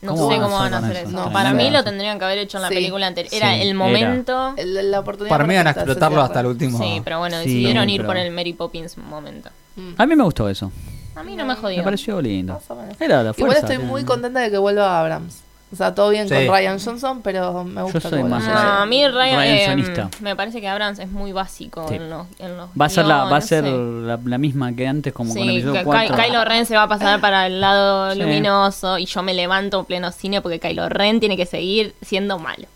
no ¿Cómo sé van a cómo van a hacer hacer con eso? eso. No, No, para nada. mí lo tendrían que haber hecho en la Sí. película anterior. Era Sí, el era. momento. El- La, oportunidad Para mí van a perfecta, se explotarlo cierra. hasta el último. Sí, pero bueno, Sí, decidieron ir pero- por el Mary Poppins momento. Mm. A mí me gustó eso. A mí no me Me jodió. pareció lindo. Más o menos. Era la fuerza. Igual estoy era- muy contenta de que vuelva Abrams. O sea, todo bien Sí. con Ryan Johnson, pero me gusta soy que vuelva. más No, a mí Ryan, Ryan eh, Sonista. me parece que Abrams es muy básico Sí. en los, en los Va a ser, la, guiones, va a no ser sé. la, la misma que antes, como Sí, con el que episodio Ky- 4. Kylo Ren se va a pasar para el lado Sí. luminoso y yo me levanto en pleno cine porque Kylo Ren tiene que seguir siendo malo.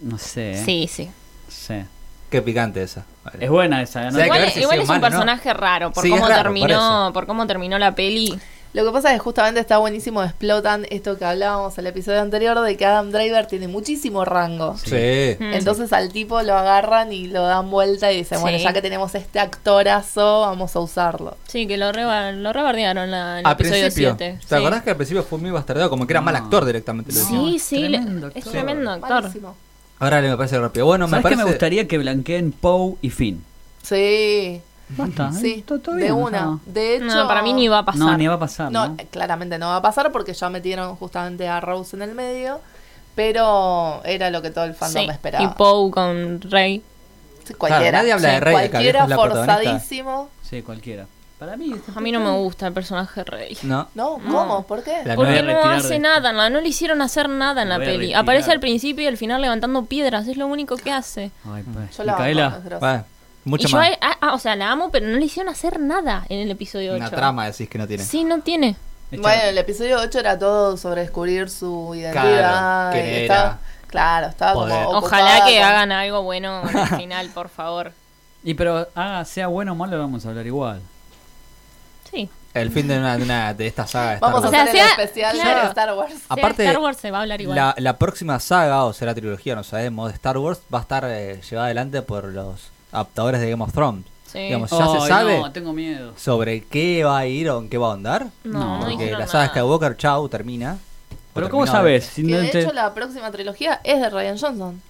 No sé. eh. Sí, sí. No sé. Qué picante esa. Vale. Es buena esa. ¿no? Sí, hay que Igual, ver si igual sigue es malo, un ¿no? personaje raro por Sí, es cómo raro, por terminó, eso. por, cómo terminó la peli. Lo que pasa es que justamente está buenísimo, explotan esto que hablábamos en el episodio anterior de que Adam Driver tiene muchísimo rango. Sí. Mm. Entonces al tipo lo agarran y lo dan vuelta y dicen, bueno, Sí. ya que tenemos este actorazo, vamos a usarlo. Sí, que lo, reba- lo rebardearon en la- en el Al episodio principio. 7. ¿Te acordás que al principio fue muy bastardeado? Como que era mal No. actor directamente. le No. decían. Sí, sí, le- Tremendo es actor. tremendo actor. Malísimo. Ahora le me parece rápido. Bueno, me ¿Sabes parece. que me gustaría que blanqueen Poe y Finn? Sí, Ah, Basta. eh, sí, todo- todo de bien, una. no. De hecho, No, para mí ni va a pasar. No, ni va a pasar. No, ¿no? claramente no va a pasar porque ya metieron justamente a Rose en el medio, pero era lo que todo el fandom Sí, esperaba. Y Poe con Rey. Sí, cualquiera. Claro, nadie habla de Rey, que cualquiera Alejo es la protagonista. forzadísimo. Sí, cualquiera. Para mí. este A mí no me gusta el personaje Rey. No. No, No. ¿cómo? ¿Por qué? La- Porque me voy a no retirar de hace esto. nada, no, no le hicieron hacer nada en Me la voy a peli. retirar. Aparece al principio y al final levantando piedras, es lo único que hace. Ay, pues. Yo la amo, Micaela. es grosa. Bueno, mucho y yo, más. a- a- ah, o sea, la amo, pero no le hicieron hacer nada en el episodio 8. Una trama decís que no tiene. Sí, no tiene. Esta- Bueno, el episodio 8 era todo sobre descubrir su identidad. Claro, y que estaba- era. claro, estaba Poder. como. Ojalá ocupada que con- hagan algo bueno al final, por favor. Y pero, ah, sea bueno o malo, lo vamos a hablar igual. Sí. El fin de una de, una- de esta saga. de Star Vamos Wars. a O sea, hacer sea- el especial claro. de Star Wars. Sea Aparte, Star Wars se va a hablar igual. La, la próxima saga, o será trilogía, no sabemos, de Star Wars va a estar eh, llevada adelante por los adaptadores de Game of Thrones. Sí. Digamos, ya Ay, se sabe No, tengo miedo. sobre qué va a ir o en qué va a andar. No, No, no, porque dijeron la saga nada. Skywalker, chau, termina. O Pero, terminó, ¿cómo de sabes? hecho. Si Que no de te- hecho la próxima trilogía es de Ryan Johnson.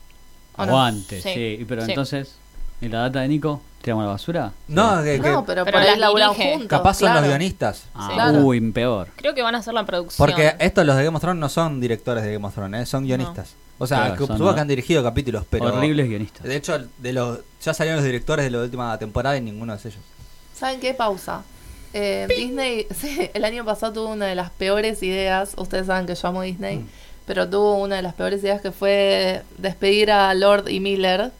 ¿o no? Aguante, Sí, sí. Y Pero sí. entonces, ¿y la data de Nico? ¿Tiramos a la basura? No, Sí. que, que No, pero, Pero por ahí las laburaron dirige. juntos. capaz son claro. los guionistas. Ah, Sí. Claro. Uy, peor. Creo que van a hacer la producción. Porque estos, los de Game of Thrones, no son directores de Game of Thrones, ¿eh? son guionistas. O sea, Claro, que, son- supongo que han dirigido capítulos, pero. Horribles guionistas. De hecho, de los, ya salieron los directores de la última temporada y ninguno de ellos. ¿Saben qué? Pausa. Eh, Disney, sí, el año pasado tuvo una de las peores ideas. Ustedes saben que yo amo Disney. Mm. Pero tuvo una de las peores ideas que fue despedir a Lord y Miller.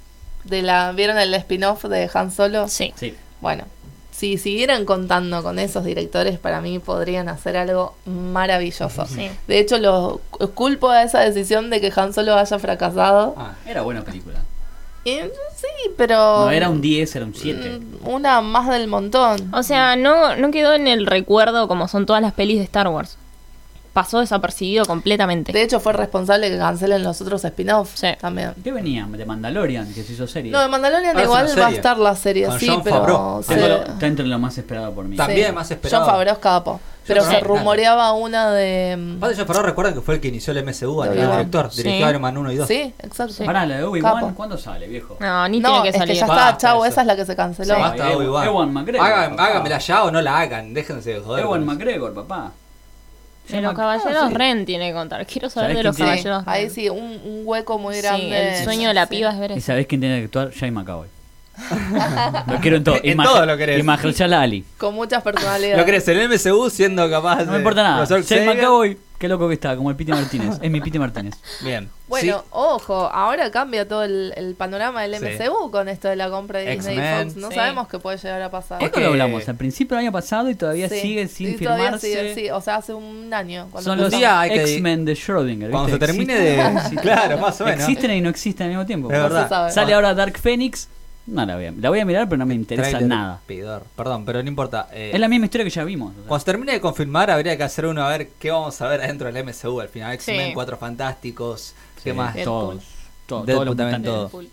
De la, ¿Vieron el spin-off de Han Solo? Sí. Sí. Bueno, si siguieran contando con esos directores, para mí podrían hacer algo maravilloso. Sí. De hecho, los culpo a esa decisión de que Han Solo haya fracasado. Ah, era buena película. Y, sí, pero. No era un 10, era un 7. Oh. mm, Una más del montón. Ah, O sea, no, no quedó en el recuerdo como son todas las pelis de Star Wars. Pasó desapercibido completamente. De hecho, fue responsable que cancelen los otros spin-offs Sí. también. ¿Qué venía? De Mandalorian, que se hizo serie. No, de Mandalorian Ah, es igual una va a serie. estar la serie, Con sí, Jon Favreau. pero. Tengo se- lo- Está entre lo más esperado por mí. Ta- También sí. más esperado. Jon Favreau es capo. Pero Favreau se es grande. rumoreaba una de. mm, Padre John Favreau recuerda que fue el que inició el MCU, el Obi-Wan. director, Sí. dirigió Iron Man 1 y 2. Sí, exacto. Pará, la de Capo. Obi-Wan, ¿cuándo sale, viejo? No, ni No, tiene es que que salir. ya está, Basta chau, eso. esa es la que se canceló. Sí. Basta, Ewan- Obi-Wan. Ewan McGregor, Hagan- papá. Hágamela ya o no la hagan, déjense de joder. pues. Ewan con eso. McGregor, papá. De los caballeros Ren tiene que contar. Quiero saber ¿Sabés de los quién tiene? caballeros ahí Ren. sí, un, un hueco muy Sí, grande. el sueño de la Sí. piba es ver ¿Y eso. sabés quién tiene que actuar? Jay McAvoy. lo quiero en todo. En Y Mah- todo lo querés. Y Mahershala Ali. Con muchas personalidades. Lo crees, el MCU siendo capaz No de me importa nada. profesor Jay Xavier. McAvoy, qué loco que está, como el Piti Martínez. Es mi Piti Martínez. Bien. Bueno, Sí. ojo, ahora cambia todo el, el panorama del Sí. MCU con esto de la compra de Disney y X-Men. Fox. No Sí. sabemos qué puede llegar a pasar. Es ¿Cuándo que- lo hablamos? Al principio del año pasado y todavía Sí. sigue sin Y todavía firmarse. sigue, sí, o sea, hace un año. cuando Son los Un día hay que- X-Men de Schrödinger. Cuando se ¿viste? termine Existen y no de. existen. Claro, más o menos. Existen y no existen al mismo tiempo. Es verdad. sabe. Sale ahora Dark Phoenix. No la voy a, la voy a mirar, pero no me interesa Trailer nada. pidor. Perdón, pero no importa. eh, Es la misma historia que ya vimos. o sea. Cuando se termine de confirmar, habría que hacer uno a ver qué vamos a ver adentro del MCU al final. X-Men, Sí. Cuatro Fantásticos, qué Sí, más. Deadpool. Todos. Todo, Deadpool todos los también, mutantes. todo.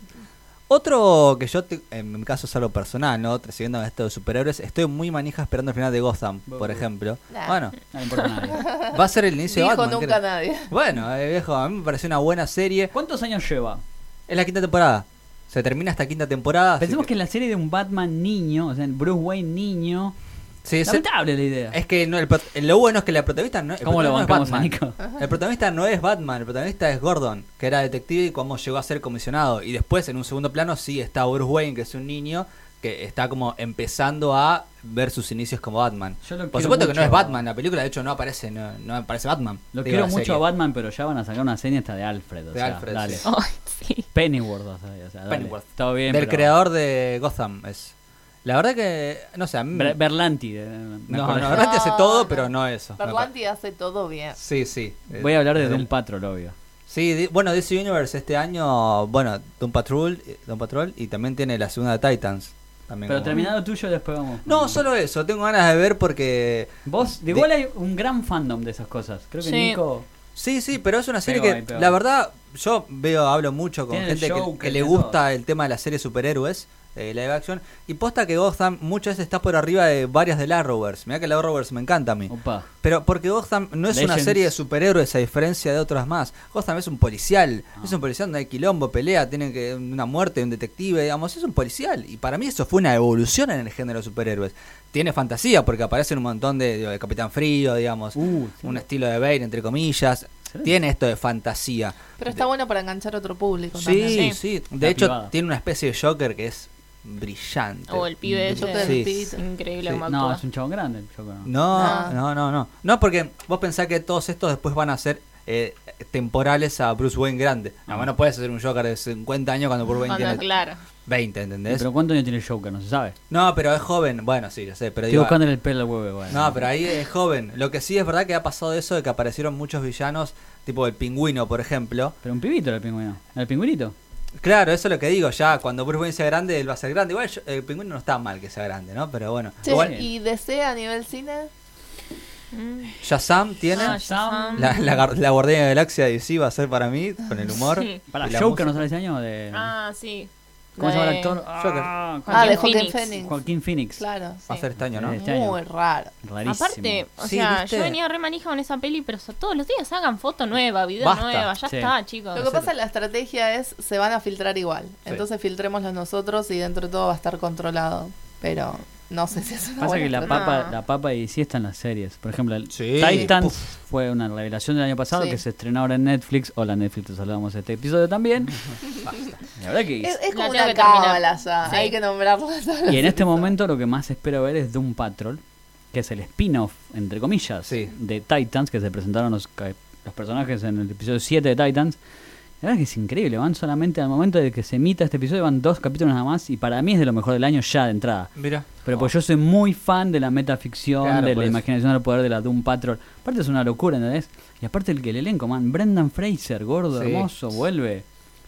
Otro que yo, te- en mi caso es algo personal, ¿no? Siguiendo esto de superhéroes, estoy muy manija esperando el final de Gotham, por Buh. ejemplo. Nah. Bueno, No le importa a nadie. va a ser el inicio Dijo de Batman. nunca creo. nadie. Bueno, eh, viejo, a mí me pareció una buena serie. ¿Cuántos años lleva? Es la quinta temporada. Se termina esta quinta temporada. así Pensemos que es la serie de un Batman niño, o sea, Bruce Wayne niño. Sí, es, Lamentable la idea. es que no, el pro- lo bueno es que la protagonista no, el ¿Cómo lo protagonista no bancamos a es Batman. Nico? El protagonista no es Batman, el protagonista es Gordon, que era detective y cómo llegó a ser comisionado. Y después, en un segundo plano, sí está Bruce Wayne, que es un niño que está como empezando a ver sus inicios como Batman. Yo lo Por quiero supuesto que no mucho. es Batman, la película de hecho no aparece, no, no aparece Batman. Lo digo, quiero la mucho serie. a Batman, pero ya van a sacar una serie hasta de Alfred. O De sea, Alfred, dale. sí. Ay, sí. Pennyworth, o sea, o sea, Ah, dale. Pennyworth. Está bien. Del pero- creador de Gotham es. La verdad que, no sé, a mí... Ber- Berlanti. eh, me mm. no, acuerdo. no, Berlanti hace todo, No, pero no. no eso. me Berlanti hace todo bien. parece. Sí, sí. Voy a hablar de Desde Doom el- Patrol, obvio. Sí, di- bueno, DC Universe este año, bueno, Doom Patrol, eh, Doom Patrol y también tiene la segunda de Titans. También Pero como- terminado tuyo, después vamos. No, solo eso, tengo ganas de ver porque... Vos, de De- igual hay un gran fandom de esas cosas. Creo que Sí. Nico Sí, sí, pero es una serie Pegó que, ahí, pegó. la verdad, yo veo, hablo mucho con Tiene el gente que- Joker, que, le tiene gusta todo. el tema de la serie superhéroes, eh, live action, y posta que Gotham muchas veces está por arriba de varias de la Arrowverse. Mirá que la Arrowverse me encanta a mí. Opa. Pero porque Gotham no es una Legends. serie de superhéroes a diferencia de otras más. Gotham es un policial. Ah. Es un policial donde hay quilombo, pelea, tienen que una muerte, un detective, digamos. Es un policial. Y para mí eso fue una evolución en el género de superhéroes. Tiene fantasía porque aparecen un montón de, digo, de Capitán Frío, digamos. Uh, sí. Un estilo de Bane, entre comillas. Tiene esto de fantasía. Pero está bueno para enganchar a otro público también. ¿eh? Sí, sí. De La hecho, privada. tiene una especie de Joker que es brillante. O el Mm. pibe ese. Joker, Sí, el pibito. Increíble Sí. como No, actúa. es un chabón grande el Joker, ¿no? No, No. no, no, no. No, porque vos pensás que todos estos después van a ser eh, temporales a Bruce Wayne grande. Además, no puedes hacer un Joker de 50 años cuando Bruce Wayne Cuando, tiene claro. 20, ¿entendés? Pero ¿cuántos años tiene el Joker? No se sabe. No, pero es joven. Bueno, sí, yo sé, pero Estoy digo... buscando en el pelo al huevo igual. No, pero ahí es joven. Lo que sí es verdad que ha pasado eso de que aparecieron muchos villanos, tipo el pingüino, por ejemplo. Pero un pibito era el pingüino. ¿Era el pingüinito? Claro, eso es lo que digo, ya cuando Bruce Wayne sea grande, él va a ser grande. Igual yo- el pingüino no está mal que sea grande, ¿no? Pero bueno. Che, Igual, ¿y DC a nivel cine? Shazam tiene... Ah, Shazam. La, la, gar- la Guardiana de la Galaxia de DC va a ser para mí, con el humor. Sí. Para y la Joker no música. sale ese año de. Ah, sí. ¿Cómo La se llama el de- actor? Ah, Joaquín ah, de Joaquín Phoenix. Phoenix. Joaquín Phoenix. Claro. Va a ser este año, ¿no? Eh, Este Muy año. raro. Rarísimo. Aparte, o Sí, sea, ¿viste? yo venía re manija con esa peli, pero o sea, todos los días sacan fotos nuevas, video Basta, nueva, ya sí. está, chicos. Lo que pasa es la estrategia es, se van a filtrar igual. Entonces filtrémoslo nosotros y dentro de todo va a estar controlado. Pero no sé si es una Pasa buena que la estrategia. papa, la papa y sí está en las series. Por ejemplo, el Sí. Titans Puf. fue una revelación del año pasado Sí. que se estrenó ahora en Netflix. Hola Netflix, te saludamos este episodio también. Basta. La verdad que Es, es La como tengo una que terminar. cábala ya. Sí. Hay que nombrarla. Y en este momento lo que más espero ver es Doom Patrol, que es el spin-off, entre comillas, Sí. de Titans, que se presentaron los, ca- los personajes en el episodio 7 de Titans. La verdad que es increíble, van solamente al momento de que se emita este episodio, van dos capítulos nada más, y para mí es de lo mejor del año ya de entrada. Mira. Pero pues yo soy muy fan de la metaficción, Oh. Claro, de por la eso. imaginación del poder de la Doom Patrol. Aparte es una locura, ¿entendés? Y aparte el que el elenco, man, Brendan Fraser, gordo, Sí. hermoso, vuelve.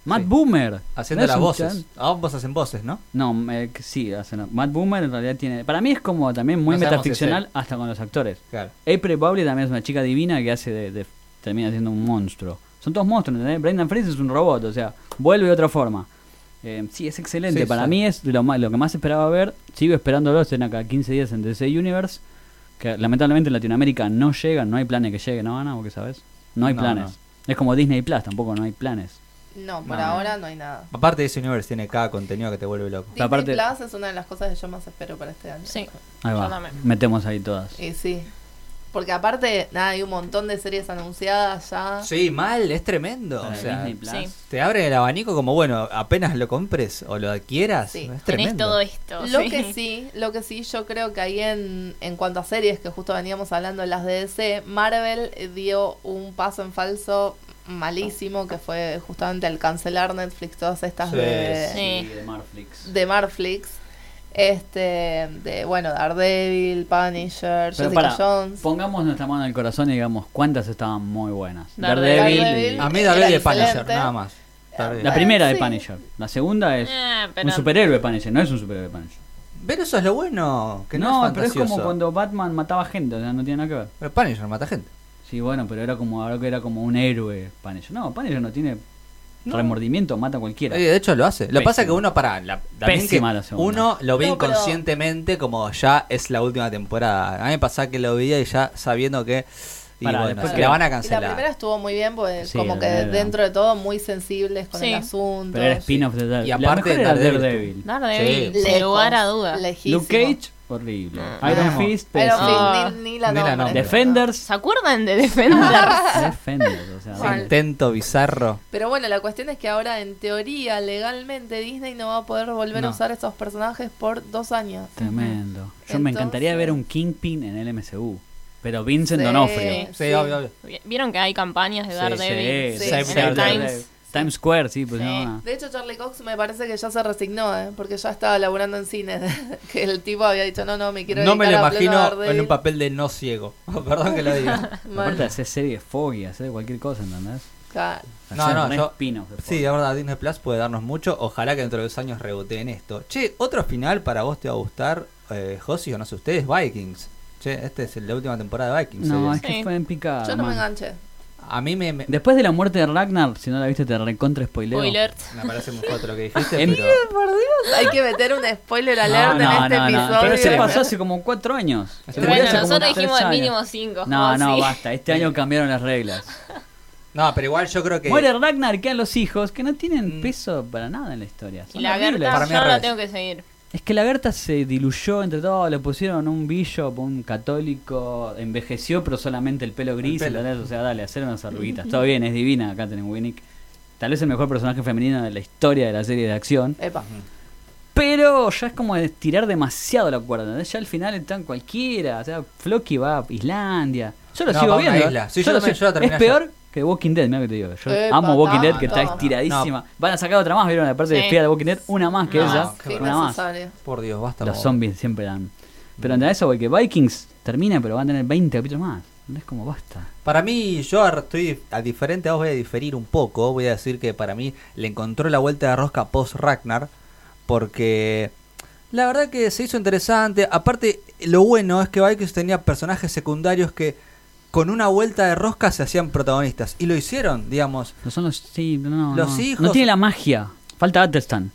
Matt Sí. Boomer. Haciendo ¿no es las un voces. chan- Ambos hacen voces, ¿no? no, eh, que sí, hacen, Matt Boomer en realidad tiene... Para mí es como también muy No sabemos si es metaficcional él. hasta con los actores. Claro. April Bowley también es una chica divina que hace de, de- termina siendo un monstruo. Son todos monstruos, ¿entendés? Brendan Fraser es un robot, o sea, vuelve de otra forma. Eh, sí, es excelente. Sí, Para sí. mí es lo, ma- lo que más esperaba ver. Sigo esperándolo, estén acá 15 días en DC Universe. Que lamentablemente en Latinoamérica no llegan, no hay planes que lleguen, ¿no, Ana? ¿Vos qué sabés? No hay No, planes. Es como Disney Plus, tampoco no hay planes. No, por No. ahora no hay nada. Aparte de ese universo, tiene cada contenido que te vuelve loco. Disney aparte- Plus es una de las cosas que yo más espero para este año. Sí. Ahí Yo va, también. metemos ahí todas. Y sí. Porque aparte, nada, hay un montón de series anunciadas ya. Sí, mal, es tremendo. Para o sea, Disney Plus. sí. te abren el abanico como, bueno, apenas lo compres o lo adquieras. Sí. Es Tenés tremendo. todo esto. Lo sí. que sí, lo que sí, yo creo que ahí en, en cuanto a series, que justo veníamos hablando en las de DC, Marvel dio un paso en falso malísimo, que fue justamente al cancelar Netflix todas estas Sí, de, Sí. de Marflix. de Marflix. Este, de, bueno, Daredevil, Punisher, Pero Jessica pará, Jones. pongamos nuestra mano en el corazón y digamos cuántas estaban muy buenas. Daredevil. Daredevil. y- A mí Era David de Punisher, excelente. nada más. Daredevil. La primera de Ah, Sí. Punisher. La segunda es Ah, pero- un superhéroe de Punisher, no es un superhéroe de Punisher. Pero eso es lo bueno, que no, no, es pero es como fantasioso. cuando Batman mataba gente, o sea, no tiene nada que ver. Pero Punisher mata gente. Sí, bueno, pero era como ahora que era como un héroe Punisher. No, Punisher no tiene remordimiento, mata a cualquiera. Eh, de hecho lo hace. Lo que pasa es que Pésimo. uno para la, también que Pésima la segunda. uno lo ve No, pero- inconscientemente como ya es la última temporada. A mí me pasa que lo veía y ya sabiendo que y Pará, bueno, después que que- la van a Y la primera cancelar. estuvo muy bien, porque Sí, como la que primera. dentro de todo muy sensibles con Sí. el asunto. pero era spin-off de Daredevil. Y aparte la mejor era Daredevil. Daredevil. Daredevil, Sí. sin Lejos, lugar a dudas. lejísimo. Luke Cage, horrible. Ah. Iron Ah. Fist, Iron Fist, pésimo. Ah. ni, ni la Ni la nombres. nombres. Defenders, ¿Se acuerdan de Defenders? Defenders. O sea, Ese Intento bizarro. Pero bueno, la cuestión es que ahora en teoría, legalmente, Disney no va a poder volver No. a usar estos personajes por dos años. Tremendo. Yo me encantaría Entonces- ver un Kingpin en el MCU. Pero Vincent Sí. Donofrio. Sí, Sí. obvio, obvio. Vieron que hay campañas de Sí, Daredevil sí, Sí. en Save el Daredevil. Times. Times Square, sí, pues Sí. Ah. no, De hecho, Charlie Cox me parece que ya se resignó, ¿eh? porque ya estaba laburando en cine. que el tipo había dicho, no, no, me quiero No me lo dedicar a pleno imagino Daredevil". en un papel de no ciego. Perdón que lo diga. Mal. Aparte de hacer serie de Foggy, hacer cualquier cosa, ¿entendés? Claro. No, Hacer no, un yo- spin-off de Foggy. Sí, la verdad, Disney Plus puede darnos mucho. Ojalá que dentro de dos años reboteen esto. Che, otro final para vos te va a gustar, eh, Josi, o no sé ustedes, Vikings. Che, esta es la última temporada de Vikings. No, eh. es que Sí. fue en picada. Yo no me man. enganché. A mí me, me- Después de la muerte de Ragnar, si no la viste, te recontra spoileo. Spoiler. Me parece muy fuerte lo que dijiste, En- pero... Hay que meter un spoiler No, alert no, en este no, no. episodio. Pero se pasó hace como cuatro años. Bueno, Te murió hace Bueno, como nosotros tres dijimos el años. mínimo 5. No, no, basta. Este año cambiaron las reglas. No, pero igual yo creo que... Muere Ragnar y quedan los hijos que no tienen Mm. peso para nada en la historia. Y Son la horribles. Para Gerta, mí yo al no la revés. tengo que seguir. Es que la Berta se diluyó entre todo, le pusieron un bishop, un católico, envejeció pero solamente el pelo gris, El pelo. ¿entendés? o sea, dale, hacer unas arruguitas. Todo bien, es divina, acá tenemos Winnick. Tal vez el mejor personaje femenino de la historia de la serie de acción. Epa. Pero ya es como de tirar demasiado la cuerda, ¿entendés? Ya al final están cualquiera, o sea, Floki va a Islandia. Yo lo No, sigo va a una viendo. ¿eh? isla. Sí, yo lo también, sigo- yo la terminé es peor que Walking Dead, mira que te digo. Yo Epa, amo Walking Dead que tanto. está estiradísima. Van a sacar otra más, vieron la parte de Sí. espía de Walking Dead, una más que No, esa, qué Sí, una más. necesario. Por Dios, basta. Los vos. zombies siempre dan. Pero anda eso, güey, que Vikings termina, pero van a tener 20 capítulos más. No es como basta. Para mí, yo ar- estoy a diferente a vos, voy a diferir un poco. Voy a decir que para mí le encontró la vuelta de rosca post Ragnar, porque la verdad que se hizo interesante. Aparte, lo bueno es que Vikings tenía personajes secundarios que con una vuelta de rosca se hacían protagonistas. Y lo hicieron, digamos. No son los. Sí, no, no. Los no. hijos- No tiene la magia. Falta Atelstan.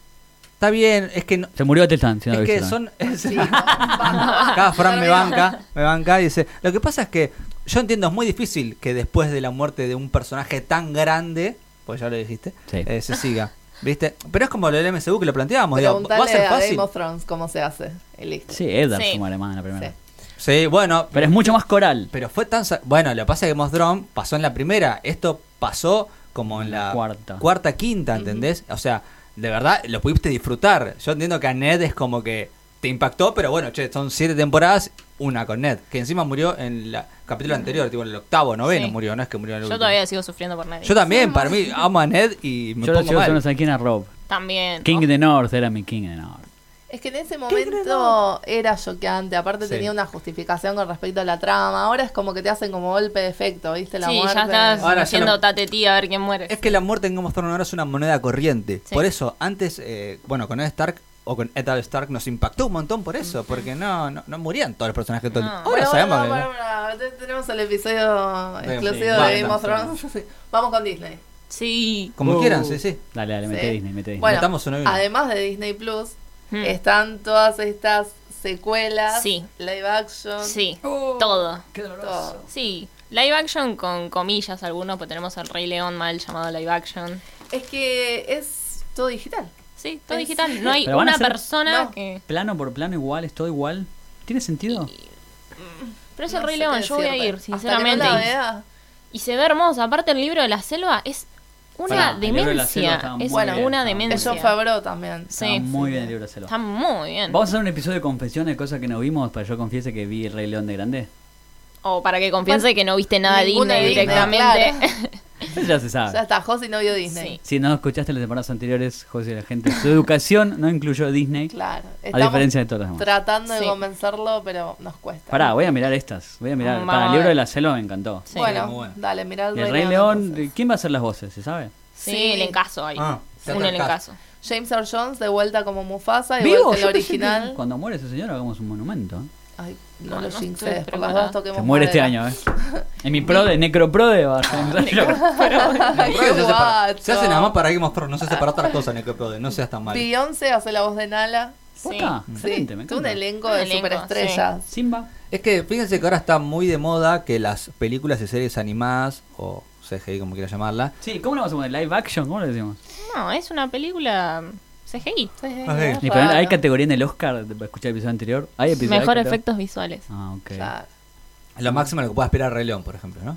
Está bien, es que no- Se murió Atelstan, si no lo es que viste, ¿no? son... es- Sí, no, basta. Acá Fran me Termina. banca, me banca y dice, lo que pasa es que yo entiendo, es muy difícil que después de la muerte de un personaje tan grande, pues ya lo dijiste, Sí. eh, se siga. ¿Viste? Pero es como lo del MCU que lo planteábamos, digo, va a Preguntale ser a, fácil. Game of Thrones cómo se hace. Y listo. Sí, Eddard Sí. su madre madre, la primera. Sí. Sí, bueno, Pero es mucho más coral. pero fue tan... sa- Bueno, lo que pasa es que Game of Thrones pasó en la primera, esto pasó como en la Cuarta. cuarta quinta, ¿entendés? O sea, de verdad, lo pudiste disfrutar. Yo entiendo que a Ned es como que te impactó, pero bueno, che, son siete temporadas, una con Ned, que encima murió en el capítulo anterior, tipo en el octavo, noveno Sí. murió, no es que murió en el Yo último. todavía sigo sufriendo por nadie. Yo también, para mí, amo a Ned y me Yo lo pongo sigo mal. no sé quién a Rob. También. King Oh, of the North era mi King of the North. Es que en ese momento era choqueante, aparte Sí. tenía una justificación con respecto a la trama, ahora es como que te hacen como golpe de efecto, ¿viste? La sí, muerte. ya estás Ahora ya haciendo no- tate tía a ver quién muere. Es que la muerte en Game of Thrones ahora es una moneda corriente. Sí. Por eso, antes, eh, bueno, con Ned Stark o con Eddard Stark nos impactó un montón por eso, porque no, no, no morían todos los personajes. todo el- No. Ahora Bueno, sabemos bueno, que- bueno, bueno, te- tenemos el episodio Bien, exclusivo sí, de Game basta. of Thrones. Sí. Vamos con Disney. Sí. Como Uh. quieran, sí, sí. Dale, dale, mete Sí. Disney, mete Disney. Bueno, Metamos uno y uno. además de Disney Plus, Hmm. están todas estas secuelas, Sí. live action. Sí. oh, Todo. todo. Sí. Live action con comillas algunos, pues tenemos el Rey León mal llamado live action. Es que es todo digital. Sí, todo Es- digital. No hay Pero van a una ser- persona No. que... Plano por plano igual, es todo igual. ¿Tiene sentido? Pero es No el Rey sé León, qué yo voy a decirte. ir, Hasta que no sinceramente. la vea. y se ve hermosa. Aparte, el libro de la selva es una Pará, el libro de la selva demencia. estaba muy Es bien, estaba una muy bien. demencia. Eso Fabro también. Sí. Está muy bien el libro de Celo. Está muy bien. Vamos a hacer un episodio de confesiones, cosas que no vimos, para que yo confiese que vi el Rey León de grande. O Oh, para que confiese que no viste nada de Ninguna Disney, Disney directamente. Eso ya se sabe. Ya está, José no vio Disney. Sí. Si no escuchaste las temporadas anteriores, José la gente, su educación no incluyó Disney, Claro. a estamos diferencia de todas las demás. Tratando Sí. de convencerlo, pero nos cuesta. Pará, voy a mirar estas. Voy a mirar. Vamos Para a el libro ver. de la selva me encantó. Sí. Bueno, muy bueno. dale, mirá el El Rey entonces. León, ¿quién va a hacer las voces? ¿Se sabe? Sí, Sí. el encaso ahí. Ah, un teatro encaso. James Earl Jones de vuelta como Mufasa, igual ¿Vivo? que el Yo pensé que original. Cuando muere ese señor, hagamos un monumento. Ay, no, No, lo no jinxes, estoy por las preparada. dos toquemos Se muere este madera. año, ¿eh? En mi pro de Necroprode va a ser. Ay, Necroprode se, Ay, qué hace para- guacho. se hace nada más para Game of Thrones, no se hace para otras cosas, Necroprode, no seas tan mal. Beyoncé hace la voz de Nala. Sí. Posta, Sí, excelente, me un encanta. elenco Un de elenco, superestrellas. Simba. Es que fíjense que ahora está muy de moda que las películas y series animadas, o CGI como quiera llamarla, Sí, ¿cómo lo vamos a poner? ¿Live action? ¿Cómo lo decimos? No, es una película CGI. Sí, Ok. es Y para- ¿Hay raro. categoría en el Oscar? de- para escuchar el episodio anterior. ¿Hay episodio hay Mejor categoría? efectos visuales. Ah, ok. Claro. lo máximo lo que pueda esperar Rey León, por ejemplo, ¿no?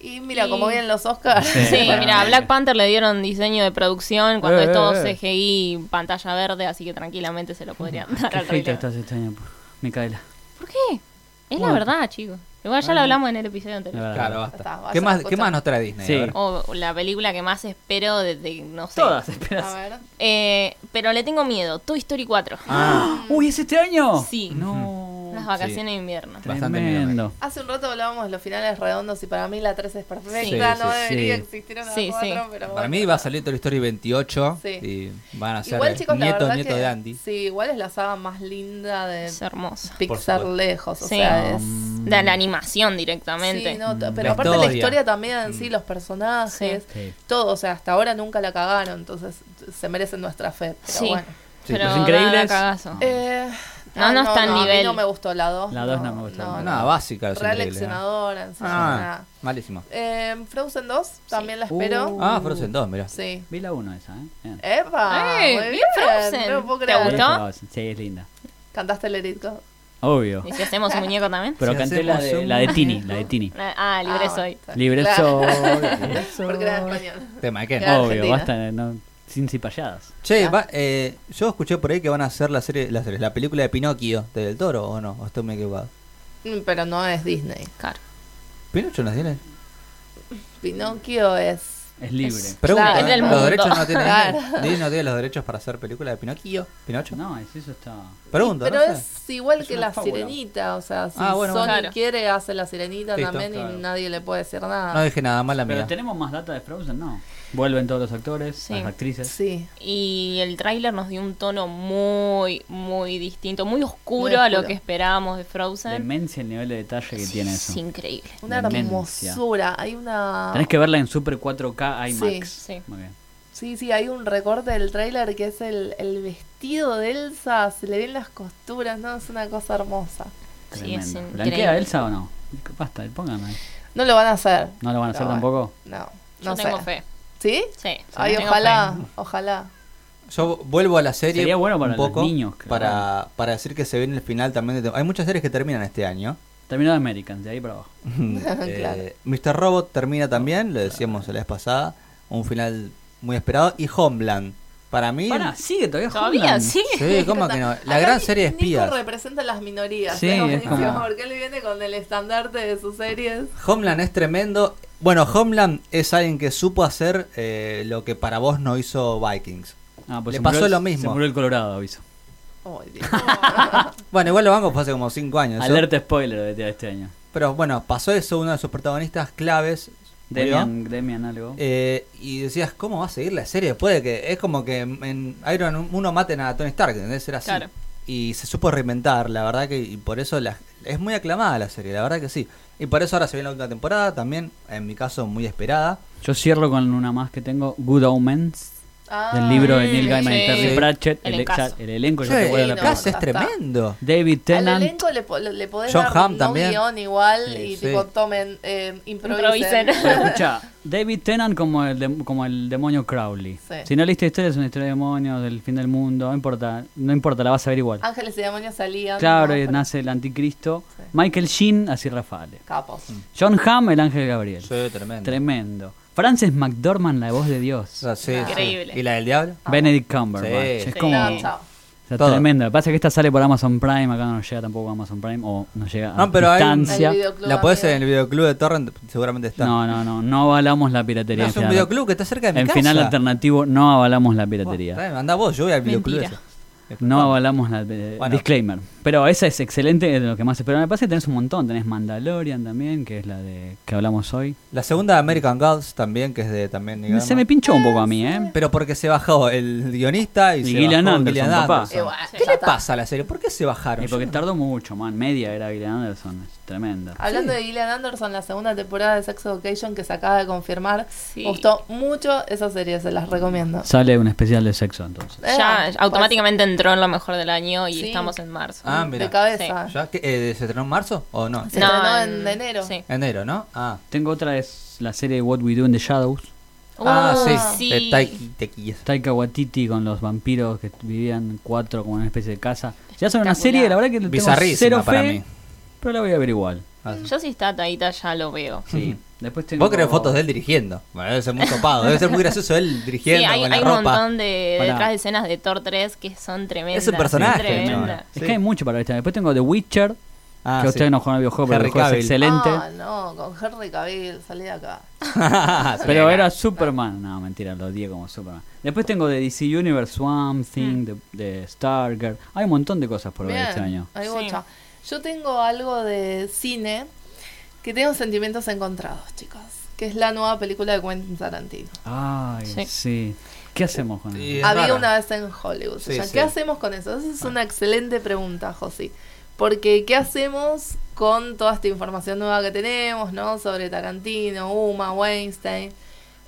Y mira, Y- como vienen los Oscars. Sí, Sí, para- mira, a Black Panther le dieron diseño de producción cuando Eh, es todo eh, eh. CGI, pantalla verde, así que tranquilamente se lo podrían dar Qué al hater rey. León. estás este año, p- Micaela. ¿Por qué? Es Bueno. la Ah. verdad, chicos. Igual ya lo hablamos en el episodio La anterior. verdad. Claro, basta. Está, vaya ¿Qué, más, escucha. ¿Qué más nos trae Disney? Sí. A ver. O la película que más espero desde, no sé. Todas, A esperas. ver. Eh, pero le tengo miedo. Toy Story 4. Ah, ¡Uy, es este año! Sí. No. Las vacaciones de invierno. Bastante Tremendo. Hace un rato hablábamos de los finales redondos y para mí la 3 es perfecta. Sí, no sí, debería sí. existir una Sí, 4, sí. pero bueno. Para mí va a salir Toy Story 28 Sí. y van a ser Igual, chicos, la nieto verdad nieto que- de Andy. Sí, igual es la saga más linda de Es hermosa. Por Pixar supuesto. Mm. lejos. O Sí. sea, es... De la animación directamente. Sí, no, t- pero La aparte la historia. Mm. historia también en sí, los personajes, Sí. todo, o sea, hasta ahora nunca la cagaron, entonces t- se merecen nuestra fe, pero Sí. bueno. Sí, Mm. pero Los da- da Increíbles. cagazo. Eh, No, no está al a mí nivel. no me gustó la 2. La dos no me gustó. No, nada, básica. Los Re Increíbles, ¿eh? leccionadora, en sí, Ah, nada. malísimo. Eh, Frozen 2 también la espero. Uh. Ah, Frozen 2, mirá. Sí. Vi la 1 esa, ¿eh? Bien. ¡Epa! Eh, muy bien bien, Frozen. no lo puedo ¿Te creer. gustó? Esa es- Sí, es linda. ¿Cantaste el erito? Obvio. ¿Y si hacemos un muñeco también? Pero Si canté la hacemos de, un- la de Tini, la de Tini. Ah, libre soy. Libre soy, libre soy. Porque era en español. Tema de Ken. Claro. Obvio, Argentina. basta, de- no, sin cipalladas. Che, va- eh, yo escuché por ahí que van a hacer la serie, la, serie, la película de Pinocchio de Del Toro, ¿o no? ¿O estoy muy equivocado? Mm, Pero no es Disney. Claro. ¿Pinocho no tiene? Pinocchio es. Es libre. Es- Pregunta, Claro, ¿eh? del ¿los mundo. derechos no tiene Claro. Disney? Disney no tiene los derechos para hacer película de Pinocchio? ¿Pinocho? No, es- eso está. Pregunta, Pero no sé. es igual Es que una la fábula. sirenita, o sea, si Ah, bueno, Sony claro. quiere, hace la sirenita Listo, también claro. y nadie le puede decir No nada. dije nada mal, Pero amiga. tenemos más data de Frozen, no. Vuelven todos los actores, Sí. las actrices. sí. Y el tráiler nos dio un tono muy, muy distinto, muy oscuro Muy a lo oscuro. que esperábamos de Frozen. Demencia el nivel de detalle que tiene eso. Es increíble. Una Demencia. hermosura. Hay una. Tenés que verla en Super 4K IMAX. Sí, sí. Muy bien. Sí, sí, hay un recorte del tráiler que es el, el vestido de Elsa. Se le ven las costuras, ¿no? Es una cosa hermosa. Sí, es Tremendo. increíble. ¿Blanquea a Elsa o no? Basta, póngame. No lo van a hacer. ¿No lo van a hacer No, tampoco? No. Yo No sé. tengo fe. ¿Sí? Sí. Ay, tengo ojalá, fe. ojalá. Yo vuelvo a la serie Sería bueno para un los poco niños, claro. para, para decir que se viene el final también. de- hay muchas series que terminan este año. Terminó de American, de ahí para abajo. Eh, Mr. Robot termina también, lo decíamos la vez pasada, un final muy esperado. Y Homeland, para mí... Pará, sigue todavía Todavía Homeland. Ah, sí. Sí, ¿cómo que no? La gran serie de espías. Nico representa las minorías. Sí, ¿eh? es Buenísimo, como- Porque él viene con el estandarte de sus series. Homeland es tremendo. Bueno, Homeland es alguien que supo hacer eh, lo que para vos no hizo Vikings. Ah, pues Le se murió pasó el- lo mismo. Se murió el Colorado, aviso. Ay, Dios. Bueno, igual lo banco fue hace como 5 años. ¿eh? Alerta spoiler de este año. Pero bueno, pasó eso, uno de sus protagonistas claves. murió. Demian, Demian algo. Eh, y decías, ¿cómo va a seguir la serie después de que es como que en Iron 1 maten a Tony Stark? ¿entendés? Era así. Claro. Y se supo reinventar, la verdad que y por eso la- es muy aclamada la serie, la verdad que sí. Y por eso ahora se viene la última temporada, también en mi caso muy esperada. Yo cierro con una más que tengo, Good Omens. Ah, del libro de Neil Gaiman y sí. Terry Pratchett. El El, ex- elencazo. el elenco ya Che, te vuela el la no, cast cabeza. es tremendo. David Al Tennant. elenco le, po- le- le podés John dar Hamm un también. guión igual Sí, y sí. tipo tomen, eh, improvisen. Improvisen. Pero escucha, David Tennant como el, dem- como el demonio Crowley. Sí. Si no leíste historia, es una historia de demonios, del fin del mundo, no importa, no importa, la vas a ver igual. Ángeles y demonios salían. claro, Ah, ¿no? y Pero- nace el anticristo. Sí. Michael Sheen, así Rafale. Capos. John Hamm, el ángel Gabriel. Sí, tremendo. Tremendo. Frances McDormand, la voz de Dios. Ah, sí, sí. Increíble. ¿Y la del diablo? Benedict Cumberbatch. Sí. Es Sí. como. No, chao. o sea, Todo. tremendo. Lo que pasa es que esta sale por Amazon Prime. Acá no llega tampoco a Amazon Prime. O no llega a No, pero hay un- distancia. El videoclub, La podés amigo. en el videoclub de Torrent, seguramente está. No, no, no. No avalamos la piratería. No, en es un final. videoclub que está cerca de mi En casa. final alternativo, no avalamos la piratería. Bueno, anda vos, yo voy al videoclub Mentira. ese. No avalamos la eh, Bueno. disclaimer. Pero esa es excelente, es de lo que más espero. Me parece que tenés un montón. Tenés Mandalorian también, que es la de que hablamos hoy. La segunda de American Gods también, que es de también Neil Se me Gaiman. pinchó un poco a mí, ¿eh? Pero porque se bajó el guionista y, Y se Gillian bajó Anderson, Gillian papá. Anderson. Igual, ¿Qué ya le está. pasa a la serie? ¿Por qué se bajaron? Y Eh, porque Yo no- tardó mucho, man. Media era Gillian Anderson. Es tremenda. Hablando Sí. de Gillian Anderson, la segunda temporada de Sex Education que se acaba de confirmar. Sí. Me gustó mucho esa serie, se las recomiendo. Sale un especial de sexo entonces. Eh, Ya pues, automáticamente entró en lo mejor del año y Sí. estamos en marzo. Ah, mira. de cabeza. ¿Ya? ¿Qué, eh, ¿Se estrenó en marzo o no? Se estrenó en enero. Sí. Enero, ¿no? Ah. Tengo otra, es la serie What We Do in the Shadows. Oh, ah, Uh, sí. De Taiki Teki. Taika Waititi con los vampiros que vivían cuatro como en una especie de casa. Ya son una serie, la verdad que le tengo Bizarrísima cero fe, para mí. pero la voy a ver igual. Ah. Yo si está Taita ya lo veo. Sí. Después tengo... Vos crees fotos de él dirigiendo. Bueno, debe ser muy copado. Debe ser muy gracioso él Sí, dirigiendo hay, con la hay un ropa. montón de Pará. detrás de escenas de Thor 3 que son tremendas. Es un personaje, son tremendas. chabón. Es Sí. que hay mucho para ver. este. Después tengo The Witcher, Ah, sí. que ustedes no juegan al videojuego, pero el Henry videojuego es Cavill. excelente. Ah, no, con Henry Cavill, salí de acá. Ah, pero era Superman. No, mentira, lo odié como Superman. Después tengo The DC Universe, Swamp Thing, de de Stargirl. Hay un montón de cosas por ver Bien, este año. hay Sí. bocha. Yo tengo algo de cine que tengo sentimientos encontrados, chicos. Que es la nueva película de Quentin Tarantino. Ay, sí. Sí. ¿Qué hacemos con Sí. eso? Es Había rara. una vez en Hollywood. Sí, o sea, sí. Ah. ¿Qué hacemos con eso? Esa es una excelente pregunta, Josi. Porque, ¿qué hacemos con toda esta información nueva que tenemos, ¿no? Sobre Tarantino, Uma, Weinstein.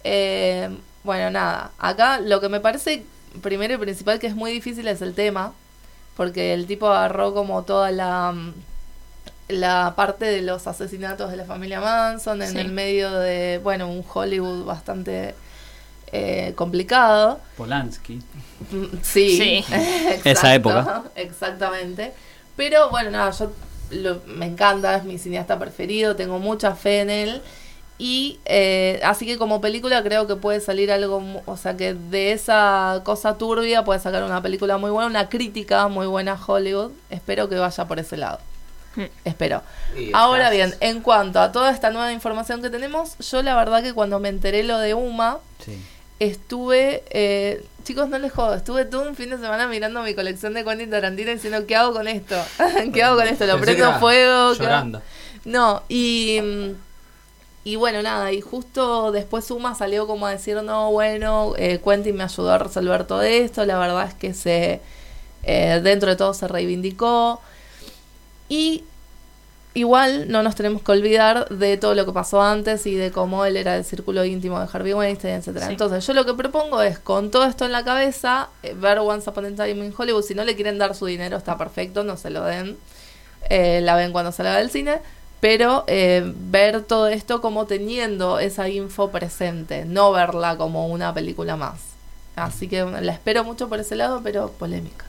Eh, bueno, nada. Acá lo que me parece, primero y principal, que es muy difícil es el tema. Porque el tipo agarró como toda la, mm, la parte de los asesinatos de la familia Manson en Sí. el medio de, bueno, un Hollywood bastante eh, complicado. Polanski. Mm, Sí. Sí. Exacto, Esa época. Exactamente. Pero bueno, nada, yo lo- me encanta, es mi cineasta preferido, tengo mucha fe en él. Y eh, así que como película creo que puede salir algo, mu- o sea que de esa cosa turbia puede sacar una película muy buena, una crítica muy buena a Hollywood. Espero que vaya por ese lado. Mm. Espero. Y Ahora bien, estás- en cuanto a toda esta nueva información que tenemos, yo la verdad que cuando me enteré lo de Uma, Sí. Estuve, eh, chicos, no les jodo, estuve todo un fin de semana mirando mi colección de Quentin Tarantino y diciendo, ¿qué hago con esto? ¿Qué hago con esto? ¿Lo Pensé que prendo era fuego? ¿Qué hago?". Llorando. No, y, mm, y bueno, nada, y justo después Uma salió como a decir, no, bueno, eh, Quentin me ayudó a resolver todo esto, la verdad es que se eh, dentro de todo se reivindicó. Y igual no nos tenemos que olvidar de todo lo que pasó antes y de cómo él era el círculo íntimo de Harvey Weinstein, etcétera Sí. Entonces yo lo que propongo es, con todo esto en la cabeza, eh, ver Once Upon a Time in Hollywood, si no le quieren dar su dinero está perfecto, no se lo den, Eh, la ven cuando salga del cine. Pero eh, ver todo esto como teniendo esa info presente, no verla como una película más. Así que bueno, la espero mucho por ese lado, pero polémica.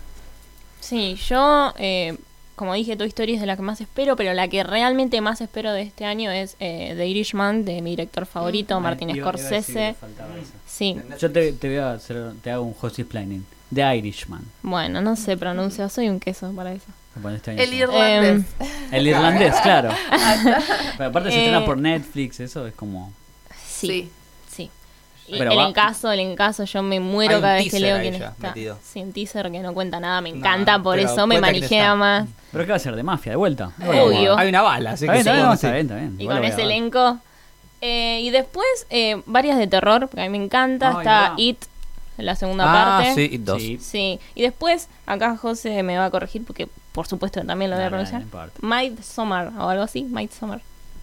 Sí, yo, eh, como dije, Toy Story es de la que más espero, pero la que realmente más espero de este año es eh, The Irishman, de mi director favorito, Martin Scorsese. Sí, Yo te, te voy a hacer, te hago un Josie Planning. The Irishman. bueno, no sé pronunciar, soy un queso para eso. que pone este año. Em, El irlandés. El irlandés, claro. Pero aparte se Ah, Eh, estrena por Netflix, eso es como... Sí, sí. sí. Y Pero el va- encaso, el encaso, yo me Hay muero un cada vez que teaser leo ahí quién ya, está. metido. Sí, un teaser que no cuenta nada, me No, encanta, por pero eso me cuenta quién manijea está. Mm, más. ¿Pero qué va a ser? ¿De mafia? ¿De vuelta? Eh, Bueno, obvio. bueno. Hay una bala, así Está que bien, está bien, sí, no, sí. está bien, está bien. Y Igual con lo voy a ese ver. elenco. Eh, y después, eh, varias de terror, porque a mí me encanta. Ay, está va. It, la segunda Ah, parte. sí, y dos. Sí. Sí, y después acá José me va a corregir porque por supuesto también lo voy a Dale, dale, pronunciar. no importa. Midsommar o algo así, Midsommar.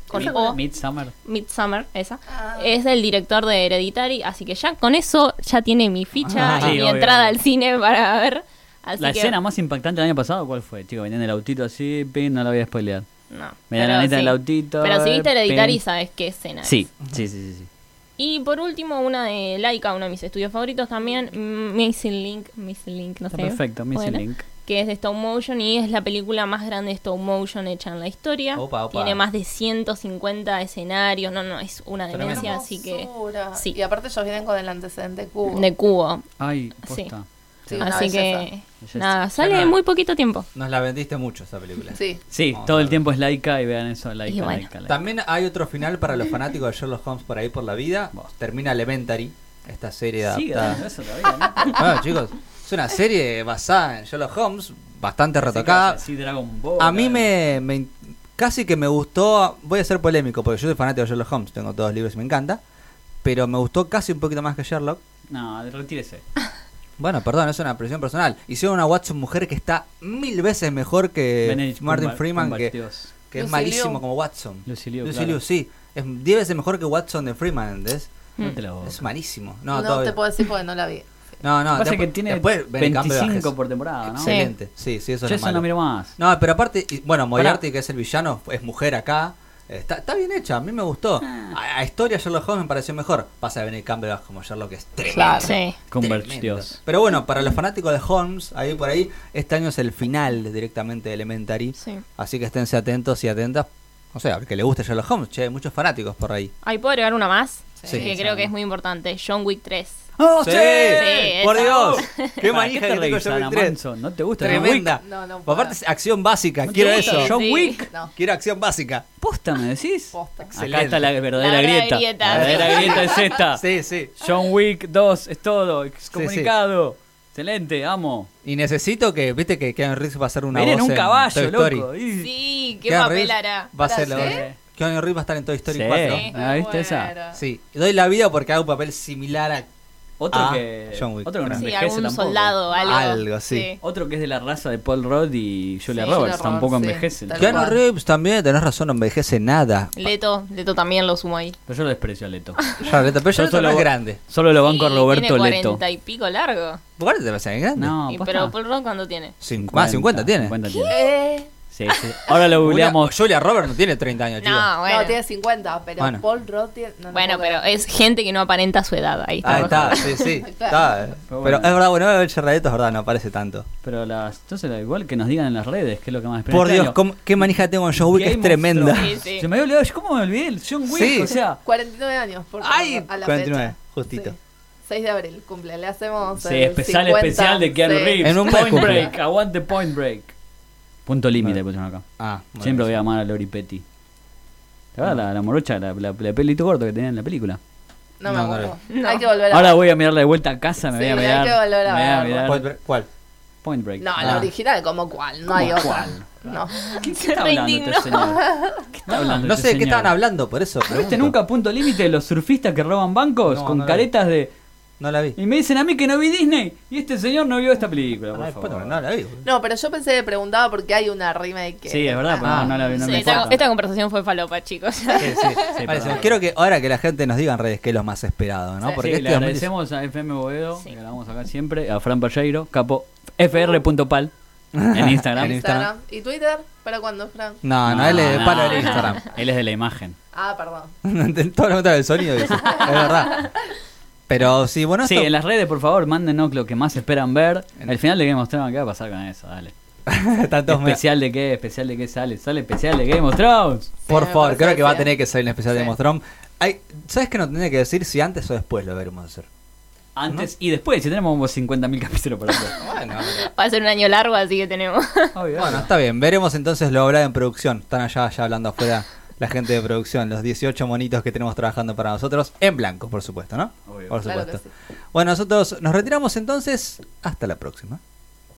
con O. Midsummer. Midsummer, esa. Ah. Es del director de Hereditary, así que ya con eso ya tiene mi ficha Ah, y sí, mi obvio. entrada al cine para ver. Así la que- escena más impactante del año pasado, ¿cuál fue? Chico, venían el autito así, pin, no la voy a spoilear. No. Mirá la pero neta sí. del autito. Pero si viste pin. Hereditary, sabes qué escena es. Sí, sí, sí, sí. sí. Y por último, una de Laika, uno de mis estudios favoritos también, mm, Missing Link, Missing Link, no Está sé. perfecto, Missy Bueno, Link. Que es de stop motion y es la película más grande de stop motion hecha en la historia. Opa, opa. Tiene más de 150 escenarios, no, no, es una Tremendo. demencia, así que... Hermosura. sí. Y aparte ellos vienen con el antecedente cubo. De cubo. Ay, Sí. posta. Sí, una Así belleza. que... Belleza. Nada, sale nada. en muy poquito tiempo. Nos la vendiste mucho esa película. Sí. Sí, Vamos todo a el ver. tiempo es laica y vean eso, laica, Y bueno. laica, laica. También hay otro final para los fanáticos de Sherlock Holmes por ahí por la vida. Termina Elementary, esta serie Sigue adaptada. dando eso todavía, ¿no? Bueno, chicos, es una serie basada en Sherlock Holmes, bastante retocada. Sí, Dragon Ball. A mí me, me in- casi que me gustó, voy a ser polémico porque yo soy fanático de Sherlock Holmes, tengo todos los libros y me encanta, pero me gustó casi un poquito más que Sherlock. No, retírese. Bueno, perdón, es una presión personal. Hicieron una Watson mujer que está mil veces mejor que Benedict Eh, Martin Cumber- Freeman, Cumberbatch, que, Dios. que es Lucy malísimo Liu. como Watson. Lucy Liu, Lucy claro. Liu, sí. Es 10 veces mejor que Watson de Freeman, ¿entendés? Mm. No te la boca. Es malísimo. No, No, todavía- te puedo decir porque no la vi. no, no. Pasa después- que tiene después Ben Campbell 25 Bajes. por temporada, ¿no? Sí. Excelente. Sí, sí, eso Yo es lo eso malo. no miro más. No, pero aparte, y- bueno, Pará. Moriarty, que es el villano, es mujer acá. Está, está bien hecha, a mí me gustó. Ah. A, a historia Sherlock Holmes me pareció mejor. Pasa de venir Campbell como Sherlock, que es tremendo. Claro. Sí. Converge, tremendo. Dios. Pero bueno, para los fanáticos de Holmes, ahí por ahí, este año es el final directamente de Elementary. Sí. Así que esténse atentos y atentas. O sea, que le guste Sherlock Holmes, che, hay muchos fanáticos por ahí. Ahí puedo agregar una más, Sí. que Sí, creo que es muy importante, John Wick 3. ¡Oh, ¡Sí! Sí, ¡Por esa. Dios! ¡Qué ¿Para manija te que tengo reís, yo Ana Wick 3. Manso? ¿No te gusta? John Wick? Tremenda. No, no puedo. Aparte, es acción básica. ¿No te Quiero gusta? eso. John Sí. Wick. No, Quiero acción básica. Posta, me decís. posta. Excelente. Acá está la verdadera La verdadera grieta. grieta. La verdadera grieta es esta. Sí, sí. John Wick 2 es todo. Excomunicado. Excelente, amo. Y necesito que, viste, que Keanu Reeves va a ser una Miren voz un en caballo, Toy Story. loco. Y- Sí, qué Keanu papel Reeves hará. Va a ser la ¿La voz. sé? Keanu Reeves va a estar en Toy Story Sí. 4. Sí. Ah, ¿viste esa? Sí. Y Doy la vida porque hago un papel similar a... Otro Ah, que. John Wick. Otro que no Sí, Sí, envejece algún tampoco. soldado, algo. Algo, sí. Otro que es de la raza de Paul Rudd y Julia Sí, Roberts. Julia tampoco Roberts, sí. envejecen. Tal Keanu cual. Reeves también, tenés razón, no envejece nada. Leto, Leto también lo sumo ahí. Pero yo lo desprecio a Leto. Ya, Leto, pero yo Yo Leto solo no es voy- grande. Solo lo banco a Sí, Roberto tiene Leto. 40 y pico largo. ¿Cuál te parece grande? No, Y- posta. pero Paul Rudd cuando tiene. Cincu- más de 50 tiene. 50 Ah, Eh, Sí, sí. Ahora lo Una- googleamos. Julia Roberts no tiene 30 años, chicos. No, bueno. No, tiene 50, pero Bueno. Paul Roth tiene... no, no bueno, puedo pero creer. es gente que no aparenta su edad. Ahí está. Ahí Ah, está, sí, sí. Claro. está. eh. Pero Pero, bueno. es verdad, bueno, el charradeto es verdad, no aparece tanto. Pero las. Entonces, da igual que nos digan en las redes, que es lo que más esperan. Por Este Dios, año, cómo- qué manija tengo en John Wick, Game es of tremenda. Thrones. Sí, sí. Se me había olvidado. ¿Cómo me olvidé? El John Wick. Sí. O sea. 49 años, por Ay, favor, a la 49, fecha. justito. Sí. 6 de abril, cumple. Le hacemos Sí, el especial 50, especial de Keanu sí. Reeves. En un mes point cumple. Break, aguante Point Break. Punto límite pusieron acá. Ah, bueno. Siempre voy a amar a Lori Petty. ¿Te acuerdas la, la morocha, la, la, la pelito corto que tenía en la película? No me No, acuerdo. no. Hay que volver a... Ahora voy a mirarla de vuelta a casa, me Sí, voy a hay mirar. que volver a me voy a verla. mirar ¿Cuál? cuál? Point Break. No, Ah. la original como cual, no ¿Cómo hay otra. cual? No. ¿Qué, qué Se está hablando este reindignó. señor? ¿Qué está hablando No este sé de qué señor? estaban hablando, por eso. ¿No viste pregunto. nunca Punto Límite los surfistas que roban bancos No, con no la vi. caretas de... No la vi. Y me dicen a mí que no vi Disney y este señor no vio esta película, por Ah, favor. bueno, no la vi. No, pero yo pensé que preguntaba porque hay una remake. que- Sí, es verdad, pero Ah. no, no la vi, no Sí, me esta, importa. esta conversación fue falopa, chicos. Sí, sí. Vale, perdón. sí, quiero que ahora que la gente nos diga en redes que es lo más esperado, ¿no? Sí. Porque Sí, este le 2016 agradecemos a FM Boedo, Sí. que grabamos acá siempre, a Fran Palleiro, capo fr.pal en En Instagram. Instagram. ¿Y Twitter? ¿Para cuándo, Frank? No, Ah, no, él es de palo del Instagram. Él es de la imagen. Ah, perdón. Todo lo contrario del sonido, dice. Es verdad. Pero sí, bueno, Sí, esto- en las redes, por favor, mándenos lo que más esperan ver. En- Al final de Game of Thrones, ¿qué va a pasar con eso? Dale. están todos medio- ¿Especial de qué? ¿Especial de qué sale? ¿Sale especial de Game of Thrones? Por me favor, parece creo que va a bien. tener que salir un especial de Sí. Game of Thrones. Ay, ¿Sabes qué no tendría que decir si antes o después lo veremos hacer? Antes y después, si tenemos como 50.000 capítulos para hacer. Bueno, Va a ser un año largo, así que tenemos. Obvio, obvio. está bien. Veremos entonces lo hablado en producción. Están allá, allá hablando afuera la gente de producción, los 18 monitos que tenemos trabajando para nosotros. En blanco, por supuesto, ¿no? Obvio. Por Claro que supuesto. Bueno, nosotros nos retiramos entonces. Hasta la próxima.